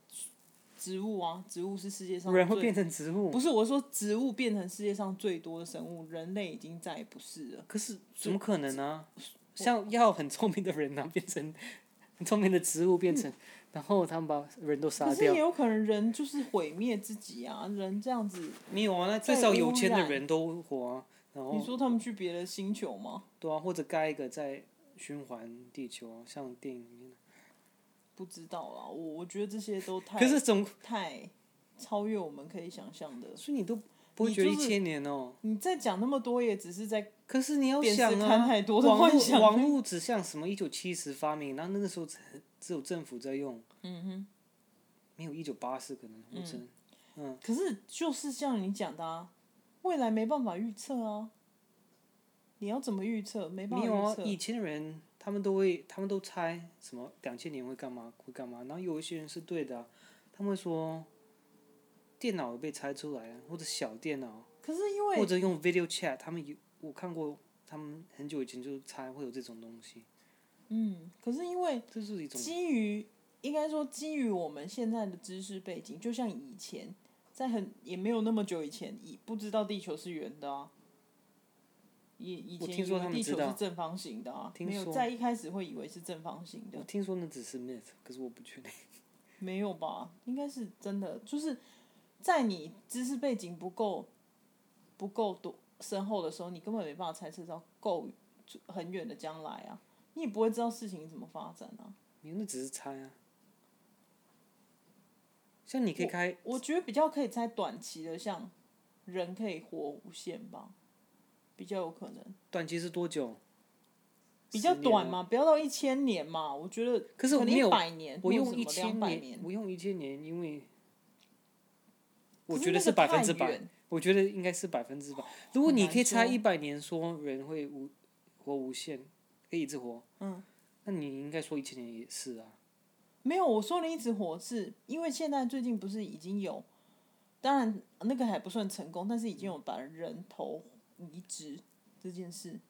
Speaker 2: 植物啊？植物是世界上
Speaker 1: 人会
Speaker 2: 最
Speaker 1: 变成植物
Speaker 2: 不，是我说植物变成世界上最多的生物，人类已经再也不是了。
Speaker 1: 可是怎么可能呢、像要很聪明的人呢、变成 很聪明的植物变成，然后他们把人都杀
Speaker 2: 可是
Speaker 1: 掉
Speaker 2: 也。有可能人就是毁灭自己啊，人这样子，
Speaker 1: 没有啊，那至
Speaker 2: 再
Speaker 1: 少有
Speaker 2: 污
Speaker 1: 钱的
Speaker 2: 染
Speaker 1: 人都活啊，然后
Speaker 2: 你说他们去别的星球吗？
Speaker 1: 对啊，或者盖一个在循环地球啊，像电影里面。
Speaker 2: 不知道啊，我我觉得这些都太
Speaker 1: 可是总，
Speaker 2: 太超越我们可以想象的。
Speaker 1: 所以你都不会
Speaker 2: 你
Speaker 1: 觉得一
Speaker 2: 就是
Speaker 1: 千年哦、
Speaker 2: 你再讲那么多，也只是在
Speaker 1: 可是你要
Speaker 2: 电视
Speaker 1: 想
Speaker 2: 看
Speaker 1: 啊，
Speaker 2: 太多的
Speaker 1: 网
Speaker 2: 幻
Speaker 1: 络
Speaker 2: 想。
Speaker 1: 网络指向什么？一九七十发明，然后那个时候只只有政府在用，
Speaker 2: 嗯哼，
Speaker 1: 没有一九八四可能，我只能
Speaker 2: 可是就是像你讲的啊，未来没办法预测啊。你要怎么预测？没办
Speaker 1: 没
Speaker 2: 法
Speaker 1: 有
Speaker 2: 预
Speaker 1: 啊
Speaker 2: 测。，
Speaker 1: 以前的人他们都会，他们都猜什么两千年会干嘛会干嘛，然后有一些人是对的啊、他们会说电脑有被猜出来啊，或者小电脑，
Speaker 2: 可是因为
Speaker 1: 或者用 video chat，他们有我看过，他们很久以前就猜会有这种东西，
Speaker 2: 嗯，可是因为
Speaker 1: 这是一种
Speaker 2: 基于应该说基于我们现在的知识背景，就像以前，在很也没有那么久以前，以不知道地球是圆的啊。以以
Speaker 1: 我
Speaker 2: 前
Speaker 1: 听
Speaker 2: 以
Speaker 1: 说他
Speaker 2: 为
Speaker 1: 们
Speaker 2: 地
Speaker 1: 知
Speaker 2: 球
Speaker 1: 道
Speaker 2: 是正方形的啊，
Speaker 1: 听
Speaker 2: 没有
Speaker 1: 说
Speaker 2: 在一开始会以为是正方形的
Speaker 1: 我，听说那只是 myth，可是我不确定。
Speaker 2: 没有吧？应该是真的，就是在你知识背景不够不够多深厚的时候，你根本没办法猜测到够很远的将来啊，你也不会知道事情怎么发展啊。
Speaker 1: 你那只是猜啊。像你可以开，
Speaker 2: 我觉得比较可以猜短期的，像人可以活无限吧，比较有可能，
Speaker 1: 短期是多久？
Speaker 2: 比较
Speaker 1: 10年
Speaker 2: 短
Speaker 1: 啊
Speaker 2: 嘛，不要到一千年嘛，我觉得
Speaker 1: 可是我
Speaker 2: 可能
Speaker 1: 没有
Speaker 2: 一百年，
Speaker 1: 我用一
Speaker 2: 一
Speaker 1: 千
Speaker 2: 千
Speaker 1: 年，我用一千年，因为我
Speaker 2: 可
Speaker 1: 觉得
Speaker 2: 那个
Speaker 1: 百分
Speaker 2: 太
Speaker 1: 之百，
Speaker 2: 远，
Speaker 1: 我觉得应该是百分之百。如果
Speaker 2: 很
Speaker 1: 你
Speaker 2: 难
Speaker 1: 可以猜
Speaker 2: 说
Speaker 1: 一百年，说人会无活无限，可以一直活，
Speaker 2: 嗯，
Speaker 1: 那你应该说一千年也是啊。
Speaker 2: 没有，我说的一直活是因为现在最近不是已经有，当然那个还不算成功，但是已经有把人头移植这件事，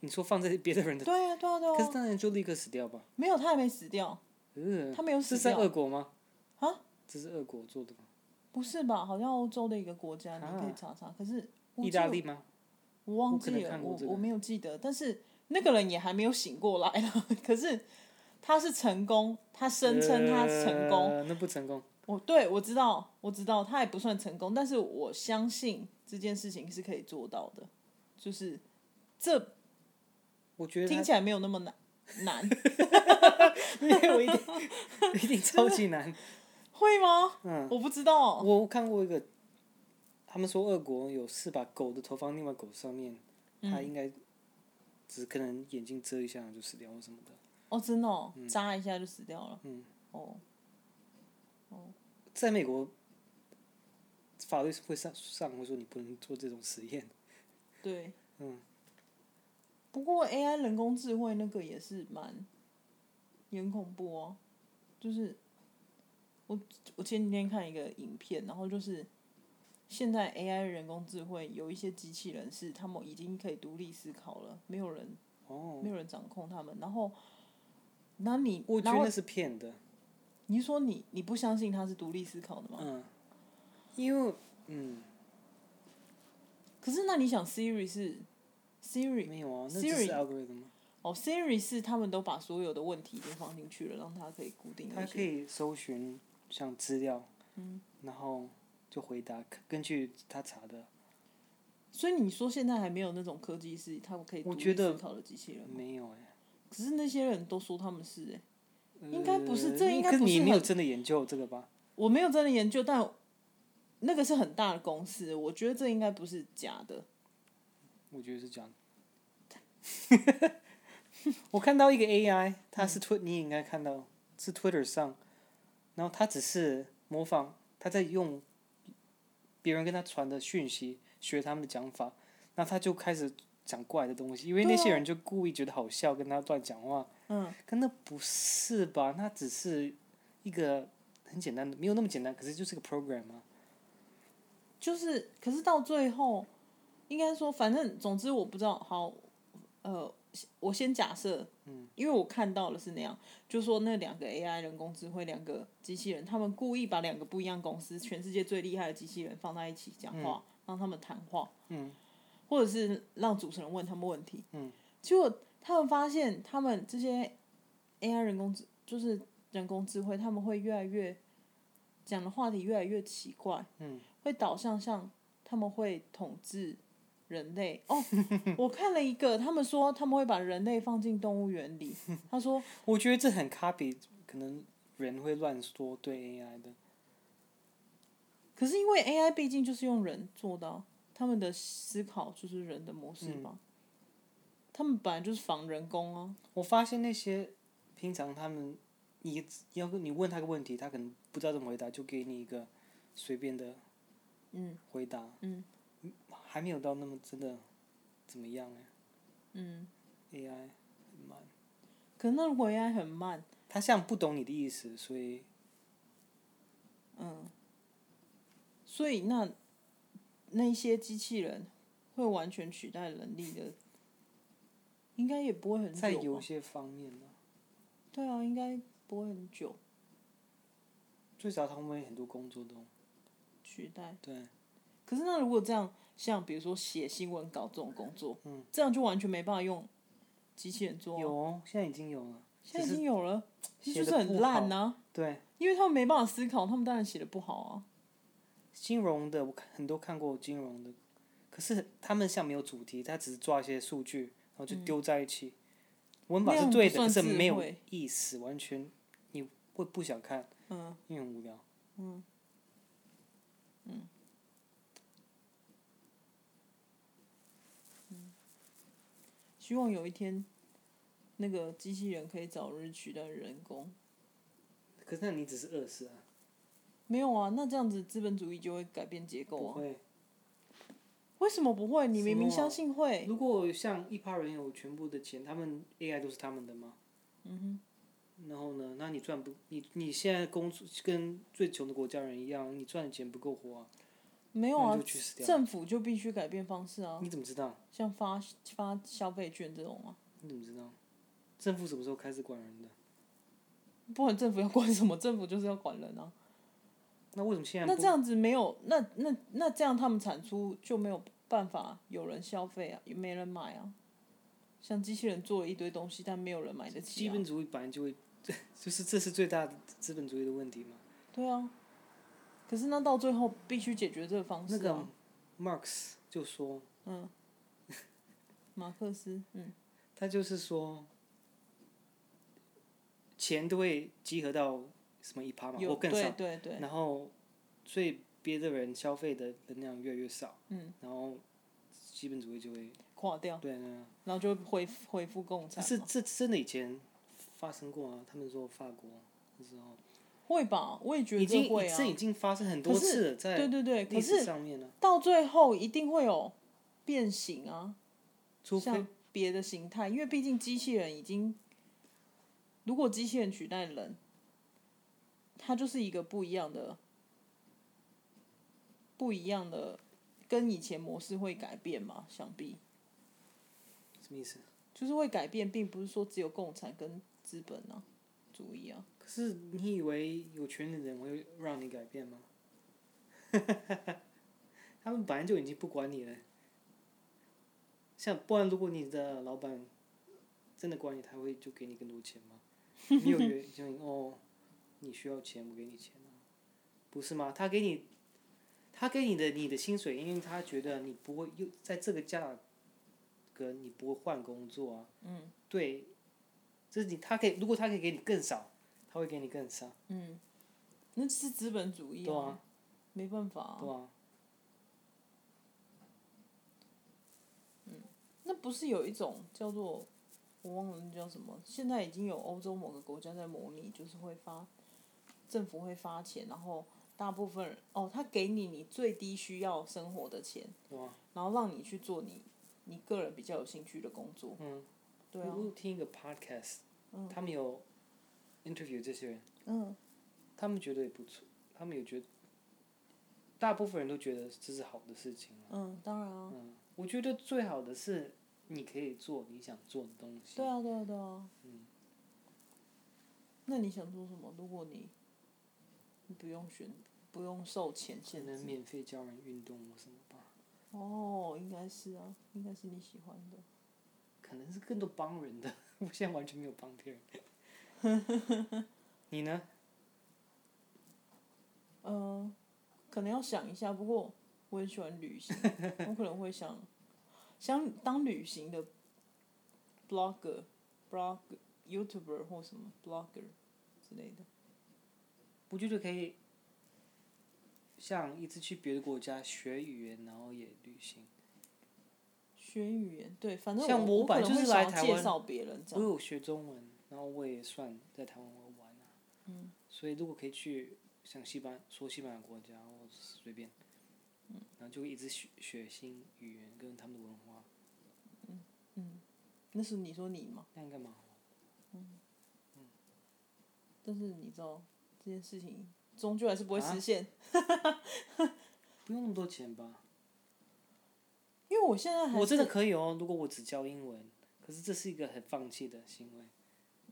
Speaker 1: 你说放在别的人的，
Speaker 2: 对啊，对啊，对
Speaker 1: 可是
Speaker 2: 啊，
Speaker 1: 当然就立刻死掉吧。
Speaker 2: 没有，他还没死掉，
Speaker 1: 嗯，
Speaker 2: 他没有
Speaker 1: 是
Speaker 2: 死
Speaker 1: 在
Speaker 2: 掉
Speaker 1: 俄国吗？
Speaker 2: 啊？
Speaker 1: 这是俄国做的吗？
Speaker 2: 不是吧？好像欧洲的一个国家，你可以
Speaker 1: 啊
Speaker 2: 查查。可是我
Speaker 1: 意
Speaker 2: 记
Speaker 1: 大
Speaker 2: 得
Speaker 1: 利吗？
Speaker 2: 我忘
Speaker 1: 我可能
Speaker 2: 记了，
Speaker 1: 看过
Speaker 2: 我
Speaker 1: 这个
Speaker 2: 我没有记得，但是那个人也还没有醒过来了。 可是他是成功，他声称他成功。
Speaker 1: 呃那不成功。
Speaker 2: 我对我知道，我知道他也不算成功，但是我相信这件事情是可以做到的，就是这
Speaker 1: 我觉得他
Speaker 2: 听起来没有那么难难，
Speaker 1: 没有一定 一定超级难。
Speaker 2: 会吗？
Speaker 1: 嗯，
Speaker 2: 我不知道，
Speaker 1: 我看过一个，他们说俄国有试把狗的头放另外狗上面，
Speaker 2: 嗯
Speaker 1: 它应该只可能眼睛遮一下就死掉或什么的。
Speaker 2: 哦，真的、哦，扎一下就死掉了，
Speaker 1: 嗯
Speaker 2: 哦，
Speaker 1: 在美国，法律是会上上会说你不能做这种实验。
Speaker 2: 对，
Speaker 1: 嗯，
Speaker 2: 不过 AI 人工智慧那个也是蛮，也很恐怖哦。就是我我前几天看一个影片，然后就是现在 AI 人工智慧有一些机器人是他们已经可以独立思考了，没有人
Speaker 1: 哦，
Speaker 2: 没有人掌控他们。然后，那你
Speaker 1: 我觉
Speaker 2: 然
Speaker 1: 得
Speaker 2: 后
Speaker 1: 那是骗的。
Speaker 2: 你是说你你不相信他是独立思考的吗？
Speaker 1: 嗯，因为嗯
Speaker 2: 可是那你想 Siri 是 Siri
Speaker 1: 没有啊，那只是
Speaker 2: Siri
Speaker 1: algorithm，啊
Speaker 2: 哦 Siri 是他们都把所有的问题已经放进去了，让它可以固定一些。
Speaker 1: 它可以搜寻像资料，
Speaker 2: 嗯
Speaker 1: 然后就回答根据他查的。
Speaker 2: 所以你说现在还没有那种科技是他们可以
Speaker 1: 我
Speaker 2: 独立
Speaker 1: 觉得
Speaker 2: 思考的机器人吗，
Speaker 1: 没有哎、
Speaker 2: 可是那些人都说他们是哎、应该不是这
Speaker 1: 呃
Speaker 2: 应该
Speaker 1: 可
Speaker 2: 不
Speaker 1: 你
Speaker 2: 是
Speaker 1: 没有
Speaker 2: 很
Speaker 1: 真的研究这个吧？
Speaker 2: 我没有真的研究，但那个是很大的公司，我觉得这应该不是假的。
Speaker 1: 我觉得是这 样。我看到一个 AI，它
Speaker 2: 嗯
Speaker 1: 是 Tw，、你也应该看到是 Twitter 上，然后它只是模仿，它在用别人跟他传的讯息学他们的讲法，那他就开始讲怪的东西，因为
Speaker 2: 对
Speaker 1: 那些
Speaker 2: 啊
Speaker 1: 人就故意觉得好笑，跟他乱讲话。
Speaker 2: 嗯，
Speaker 1: 可那不是吧？那只是一个很简单的，没有那么简单，可是就是个 program 啊。
Speaker 2: 就是，可是到最后，应该说，反正总之我不知道。好，呃，我先假设，嗯，因为我看到了是那样，就说那两个 AI 人工智慧两个机器人，他们故意把两个不一样公司，全世界最厉害的机器人放在一起讲话，让他们谈话，
Speaker 1: 嗯，
Speaker 2: 或者是让主持人问他们问题，
Speaker 1: 嗯，
Speaker 2: 结果他们发现，他们这些 AI 人工智就是人工智慧，他们会越来越讲的话题越来越奇怪，
Speaker 1: 嗯，
Speaker 2: 会导向像他们会统治人类哦。我看了一个，他们说他们会把人类放进动物园里，他说
Speaker 1: 我觉得这很 copy，可能人会乱说对 AI 的。
Speaker 2: 可是因为 AI 毕竟就是用人做的啊，他们的思考就是人的模式嘛。他们本来就是仿人工啊，
Speaker 1: 我发现那些平常他们，你要你问他个问题，他可能不知道怎么回答，就给你一个随便的
Speaker 2: 嗯
Speaker 1: 回答，
Speaker 2: 嗯
Speaker 1: 还没有到那么真的怎么样哎、
Speaker 2: 嗯。
Speaker 1: a i 很慢，
Speaker 2: 可是那如果 AI 很慢，
Speaker 1: 他像不懂你的意思，所以
Speaker 2: 嗯，所以那那些机器人会完全取代人力的，应该也不会很久吧。啊
Speaker 1: 在有些方面呢，
Speaker 2: 对啊，应该不会很久
Speaker 1: 最少他们有很多工作都
Speaker 2: 取代。
Speaker 1: 对，
Speaker 2: 可是那如果这样，像比如说写新闻稿这种工作，
Speaker 1: 嗯
Speaker 2: 这样就完全没办法用机器人做啊、
Speaker 1: 有哦，现在已经有了，
Speaker 2: 现在已经有 了，
Speaker 1: 只
Speaker 2: 那
Speaker 1: 是
Speaker 2: 就是很烂呐、
Speaker 1: 对，
Speaker 2: 因为他们没办法思考，他们当然写的不好啊。
Speaker 1: 金融的我看很多看过金融的，可是他们像没有主题，他只是抓一些数据，然后就丢在一起。文法
Speaker 2: 那样
Speaker 1: 是
Speaker 2: 不
Speaker 1: 对的，可
Speaker 2: 算
Speaker 1: 是
Speaker 2: 智
Speaker 1: 没有
Speaker 2: 慧
Speaker 1: 意思，完全你会不想看，
Speaker 2: 嗯，
Speaker 1: 因为很无聊。
Speaker 2: 希望有一天，那个机器人可以早日取代人工。
Speaker 1: 可是那你只是饿死啊，
Speaker 2: 没有啊，那这样子资本主义就会改变结构
Speaker 1: 不
Speaker 2: 啊？
Speaker 1: 会。
Speaker 2: 为什么不会？你明明
Speaker 1: 什么啊
Speaker 2: 相信会。
Speaker 1: 如果像一趴人有全部的钱，他们 AI 都是他们的吗？
Speaker 2: 嗯哼。
Speaker 1: 然后呢？那你赚不？你你现在工作跟最穷的国家人一样，你赚的钱不够活啊？
Speaker 2: 没有
Speaker 1: 那
Speaker 2: 啊
Speaker 1: 就去死，掉
Speaker 2: 政府就必须改变方式啊，
Speaker 1: 你怎么知道？
Speaker 2: 像发发消费券这种啊，
Speaker 1: 你怎么知道？政府什么时候开始管人的？
Speaker 2: 不管政府要管什么， 政府就是要管人啊。
Speaker 1: 那为什么现在
Speaker 2: 那
Speaker 1: 啊不
Speaker 2: 这样子没有，那那那这样他们产出就没有办法有人消费啊，也没人买啊。像机器人做了一堆东西，但没有人买得起
Speaker 1: 基
Speaker 2: 啊。
Speaker 1: 本主义本来就会， 就是这是最大的资本主义的问题嘛。
Speaker 2: 对啊，可是那到最后必须解决这个方式
Speaker 1: 那
Speaker 2: 啊。
Speaker 1: 个 Marx 就说，
Speaker 2: 嗯，马克思，嗯
Speaker 1: 他就是说，钱都会集合到什么一趴嘛，
Speaker 2: 有
Speaker 1: 或更
Speaker 2: 对
Speaker 1: 少，
Speaker 2: 对对，
Speaker 1: 然后所以别的人消费的能量越来越少，
Speaker 2: 嗯，
Speaker 1: 然后资本主义就会
Speaker 2: 垮掉，
Speaker 1: 对啊，
Speaker 2: 然后就恢恢复共产
Speaker 1: 可
Speaker 2: 嘛。
Speaker 1: 是这真的以前发生过啊，他们说法国那时候
Speaker 2: 会吧？我也觉
Speaker 1: 已
Speaker 2: 得
Speaker 1: 经
Speaker 2: 会啊。
Speaker 1: 这已经发生很多
Speaker 2: 可是
Speaker 1: 次了，在
Speaker 2: 对对对，可
Speaker 1: 历史
Speaker 2: 是
Speaker 1: 上面呢、
Speaker 2: 到最后一定会有变形啊，
Speaker 1: 除非
Speaker 2: 像别的形态，因为毕竟机器人已经，如果机器人取代人，它就是一个不一样的，不一样的，跟以前模式会改变嘛，想必
Speaker 1: 什么意思？
Speaker 2: 就是会改变，并不是说只有共产跟资本啊，主义啊，
Speaker 1: 可是你以为有权的人会让你改变吗？ 他们本来就已经不管你了。像不然，如果你的老板真的管你，他会就给你更多钱吗？你有原就你 哦，你需要钱，我给你钱啊，不是吗？他给你，他给你的你的薪水，因为他觉得你不会又在这个价格，你不会换工作啊。嗯。对，这是你他可以，如果他可以给你更少，他会给你更少，
Speaker 2: 嗯，那是资本主义
Speaker 1: 对啊，
Speaker 2: 没办法啊、
Speaker 1: 对啊，
Speaker 2: 那不是有一种叫做我忘了那叫什么？现在已经有欧洲某个国家在模拟，就是会发政府会发钱，然后大部分人哦，他给你你最低需要生活的钱，
Speaker 1: 对啊，
Speaker 2: 然后让你去做你你个人比较有兴趣的工作。
Speaker 1: 嗯，
Speaker 2: 对啊
Speaker 1: 我，有听一个 podcast，、
Speaker 2: 嗯
Speaker 1: 他们有 interview 这些人，
Speaker 2: 嗯
Speaker 1: 他们觉得也不错，他们也觉得，大部分人都觉得这是好的事情。
Speaker 2: 嗯，当然啊，
Speaker 1: 嗯，我觉得最好的是你可以做你想做的东西。
Speaker 2: 对啊对啊对啊。
Speaker 1: 嗯
Speaker 2: 那你想做什么？如果你你不用选，不用受钱
Speaker 1: 现
Speaker 2: 限
Speaker 1: 在
Speaker 2: 制，
Speaker 1: 免费教人运动或什么吧，
Speaker 2: 哦，应该是啊，应该是你喜欢的。
Speaker 1: 可能是更多帮人的。 我现在完全没有帮别人。 你呢？
Speaker 2: 嗯，可能要想一下。不过我很喜欢旅行，我可能会想想当旅行的 blogger、blog、YouTuber 或什么 blogger 之类的。
Speaker 1: 我觉得可以，像一直去别的国家学语言，然后也旅行。
Speaker 2: 学语言，对，反正
Speaker 1: 像
Speaker 2: 我
Speaker 1: 我
Speaker 2: 可
Speaker 1: 本来
Speaker 2: 能
Speaker 1: 就
Speaker 2: 会
Speaker 1: 是来
Speaker 2: 想要
Speaker 1: 台
Speaker 2: 介
Speaker 1: 湾
Speaker 2: 绍别人这
Speaker 1: 我
Speaker 2: 样。
Speaker 1: 有学中文，然后我也算在台湾玩啊。
Speaker 2: 嗯。
Speaker 1: 所以如果可以去像西班说西班牙国家，或者是随便，
Speaker 2: 嗯
Speaker 1: 然后就会一直学学新语言跟他们的文化，
Speaker 2: 嗯，那是你说你吗？
Speaker 1: 那样干嘛？
Speaker 2: 但是你知道这件事情终究还是不会
Speaker 1: 啊
Speaker 2: 实现，
Speaker 1: 不用那么多钱吧？
Speaker 2: 因为我现在还
Speaker 1: 我真的
Speaker 2: 是
Speaker 1: 可以哦，如果我只教英文，可是这是一个很放弃的行为，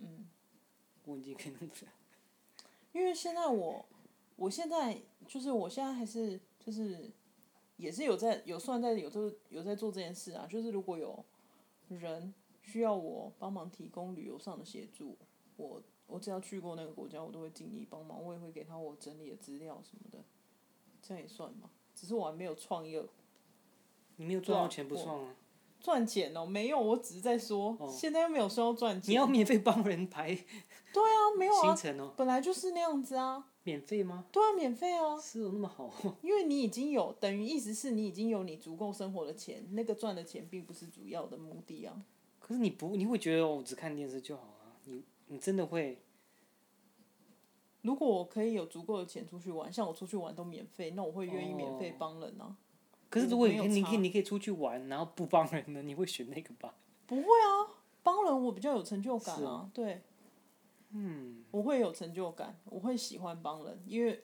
Speaker 2: 嗯。
Speaker 1: 我已经可以弄不了。
Speaker 2: 因为现在我，我现在就是我现在还是就是，也是有在有算在有做有在做这件事啊，就是如果有人需要我帮忙提供旅游上的协助，我我只要去过那个国家，我都会尽力帮忙，我也会给他我整理的资料什么的，这样也算嘛。只是我还没有创一个
Speaker 1: 你没有赚到
Speaker 2: 哇
Speaker 1: 钱不
Speaker 2: 我
Speaker 1: 算啊！
Speaker 2: 赚钱哦，没有，我只是在说，
Speaker 1: 哦
Speaker 2: 现在又没有说要赚钱，
Speaker 1: 你要免费帮人排
Speaker 2: 对啊，没有
Speaker 1: 行
Speaker 2: 啊，
Speaker 1: 程哦，
Speaker 2: 本来就是那样子啊，
Speaker 1: 免费吗？
Speaker 2: 对啊，免费啊，
Speaker 1: 是有那么好哦？
Speaker 2: 因为你已经有，等于意思是你已经有你足够生活的钱，那个赚的钱并不是主要的目的啊。
Speaker 1: 可是你不，你会觉得哦我只看电视就好啊？你你真的会？
Speaker 2: 如果我可以有足够的钱出去玩，像我出去玩都免费，那我会愿意免费
Speaker 1: 哦
Speaker 2: 帮人啊。
Speaker 1: 可是
Speaker 2: 我
Speaker 1: 如果
Speaker 2: 没
Speaker 1: 你
Speaker 2: 有
Speaker 1: 可以你
Speaker 2: 差
Speaker 1: 可以你可以出去玩，然后不帮人呢，你会选那个吧？
Speaker 2: 不会啊，帮人我比较有成就感
Speaker 1: 是
Speaker 2: 啊，对，
Speaker 1: 嗯，
Speaker 2: 我会有成就感，我会喜欢帮人，因为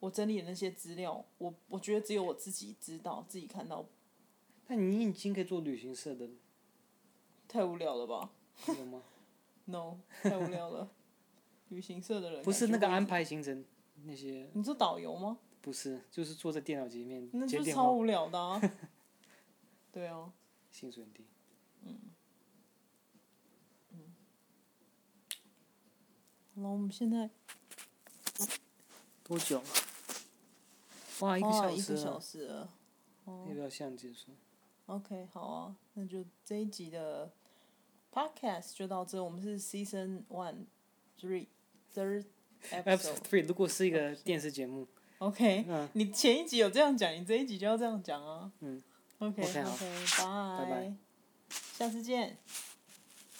Speaker 2: 我整理的那些资料，我我觉得只有我自己知道，自己看到
Speaker 1: 但你已经可以做旅行社的了，
Speaker 2: 太无聊了吧
Speaker 1: 有 吗？
Speaker 2: ？No，太无聊了。旅行社的人
Speaker 1: 不是那个
Speaker 2: 感觉
Speaker 1: 安
Speaker 2: 会，
Speaker 1: 排行程那些，
Speaker 2: 你说导游吗？
Speaker 1: 不是，就是坐在电脑前面
Speaker 2: 那
Speaker 1: 接
Speaker 2: 就
Speaker 1: 电
Speaker 2: 超
Speaker 1: 话，
Speaker 2: 无聊 的啊。对啊，
Speaker 1: 薪水很低。
Speaker 2: 然后我们现在
Speaker 1: 多久啊？哇，一个
Speaker 2: 啊
Speaker 1: 小
Speaker 2: 一
Speaker 1: 时
Speaker 2: 个小
Speaker 1: 了，
Speaker 2: 时了。哦
Speaker 1: 要不要这样结束？
Speaker 2: OK，好啊，那就这一集的 Podcast 就到这，我们是 Season One Three Third
Speaker 1: Episode
Speaker 2: Episode。哎
Speaker 1: Three 如果哎是一个电视节目，
Speaker 2: OK，
Speaker 1: 嗯，
Speaker 2: 你前一集有这样讲，你这一集就要这样讲啊。
Speaker 1: 嗯。
Speaker 2: OK
Speaker 1: OK，好
Speaker 2: OK，拜
Speaker 1: 拜拜
Speaker 2: 下次见。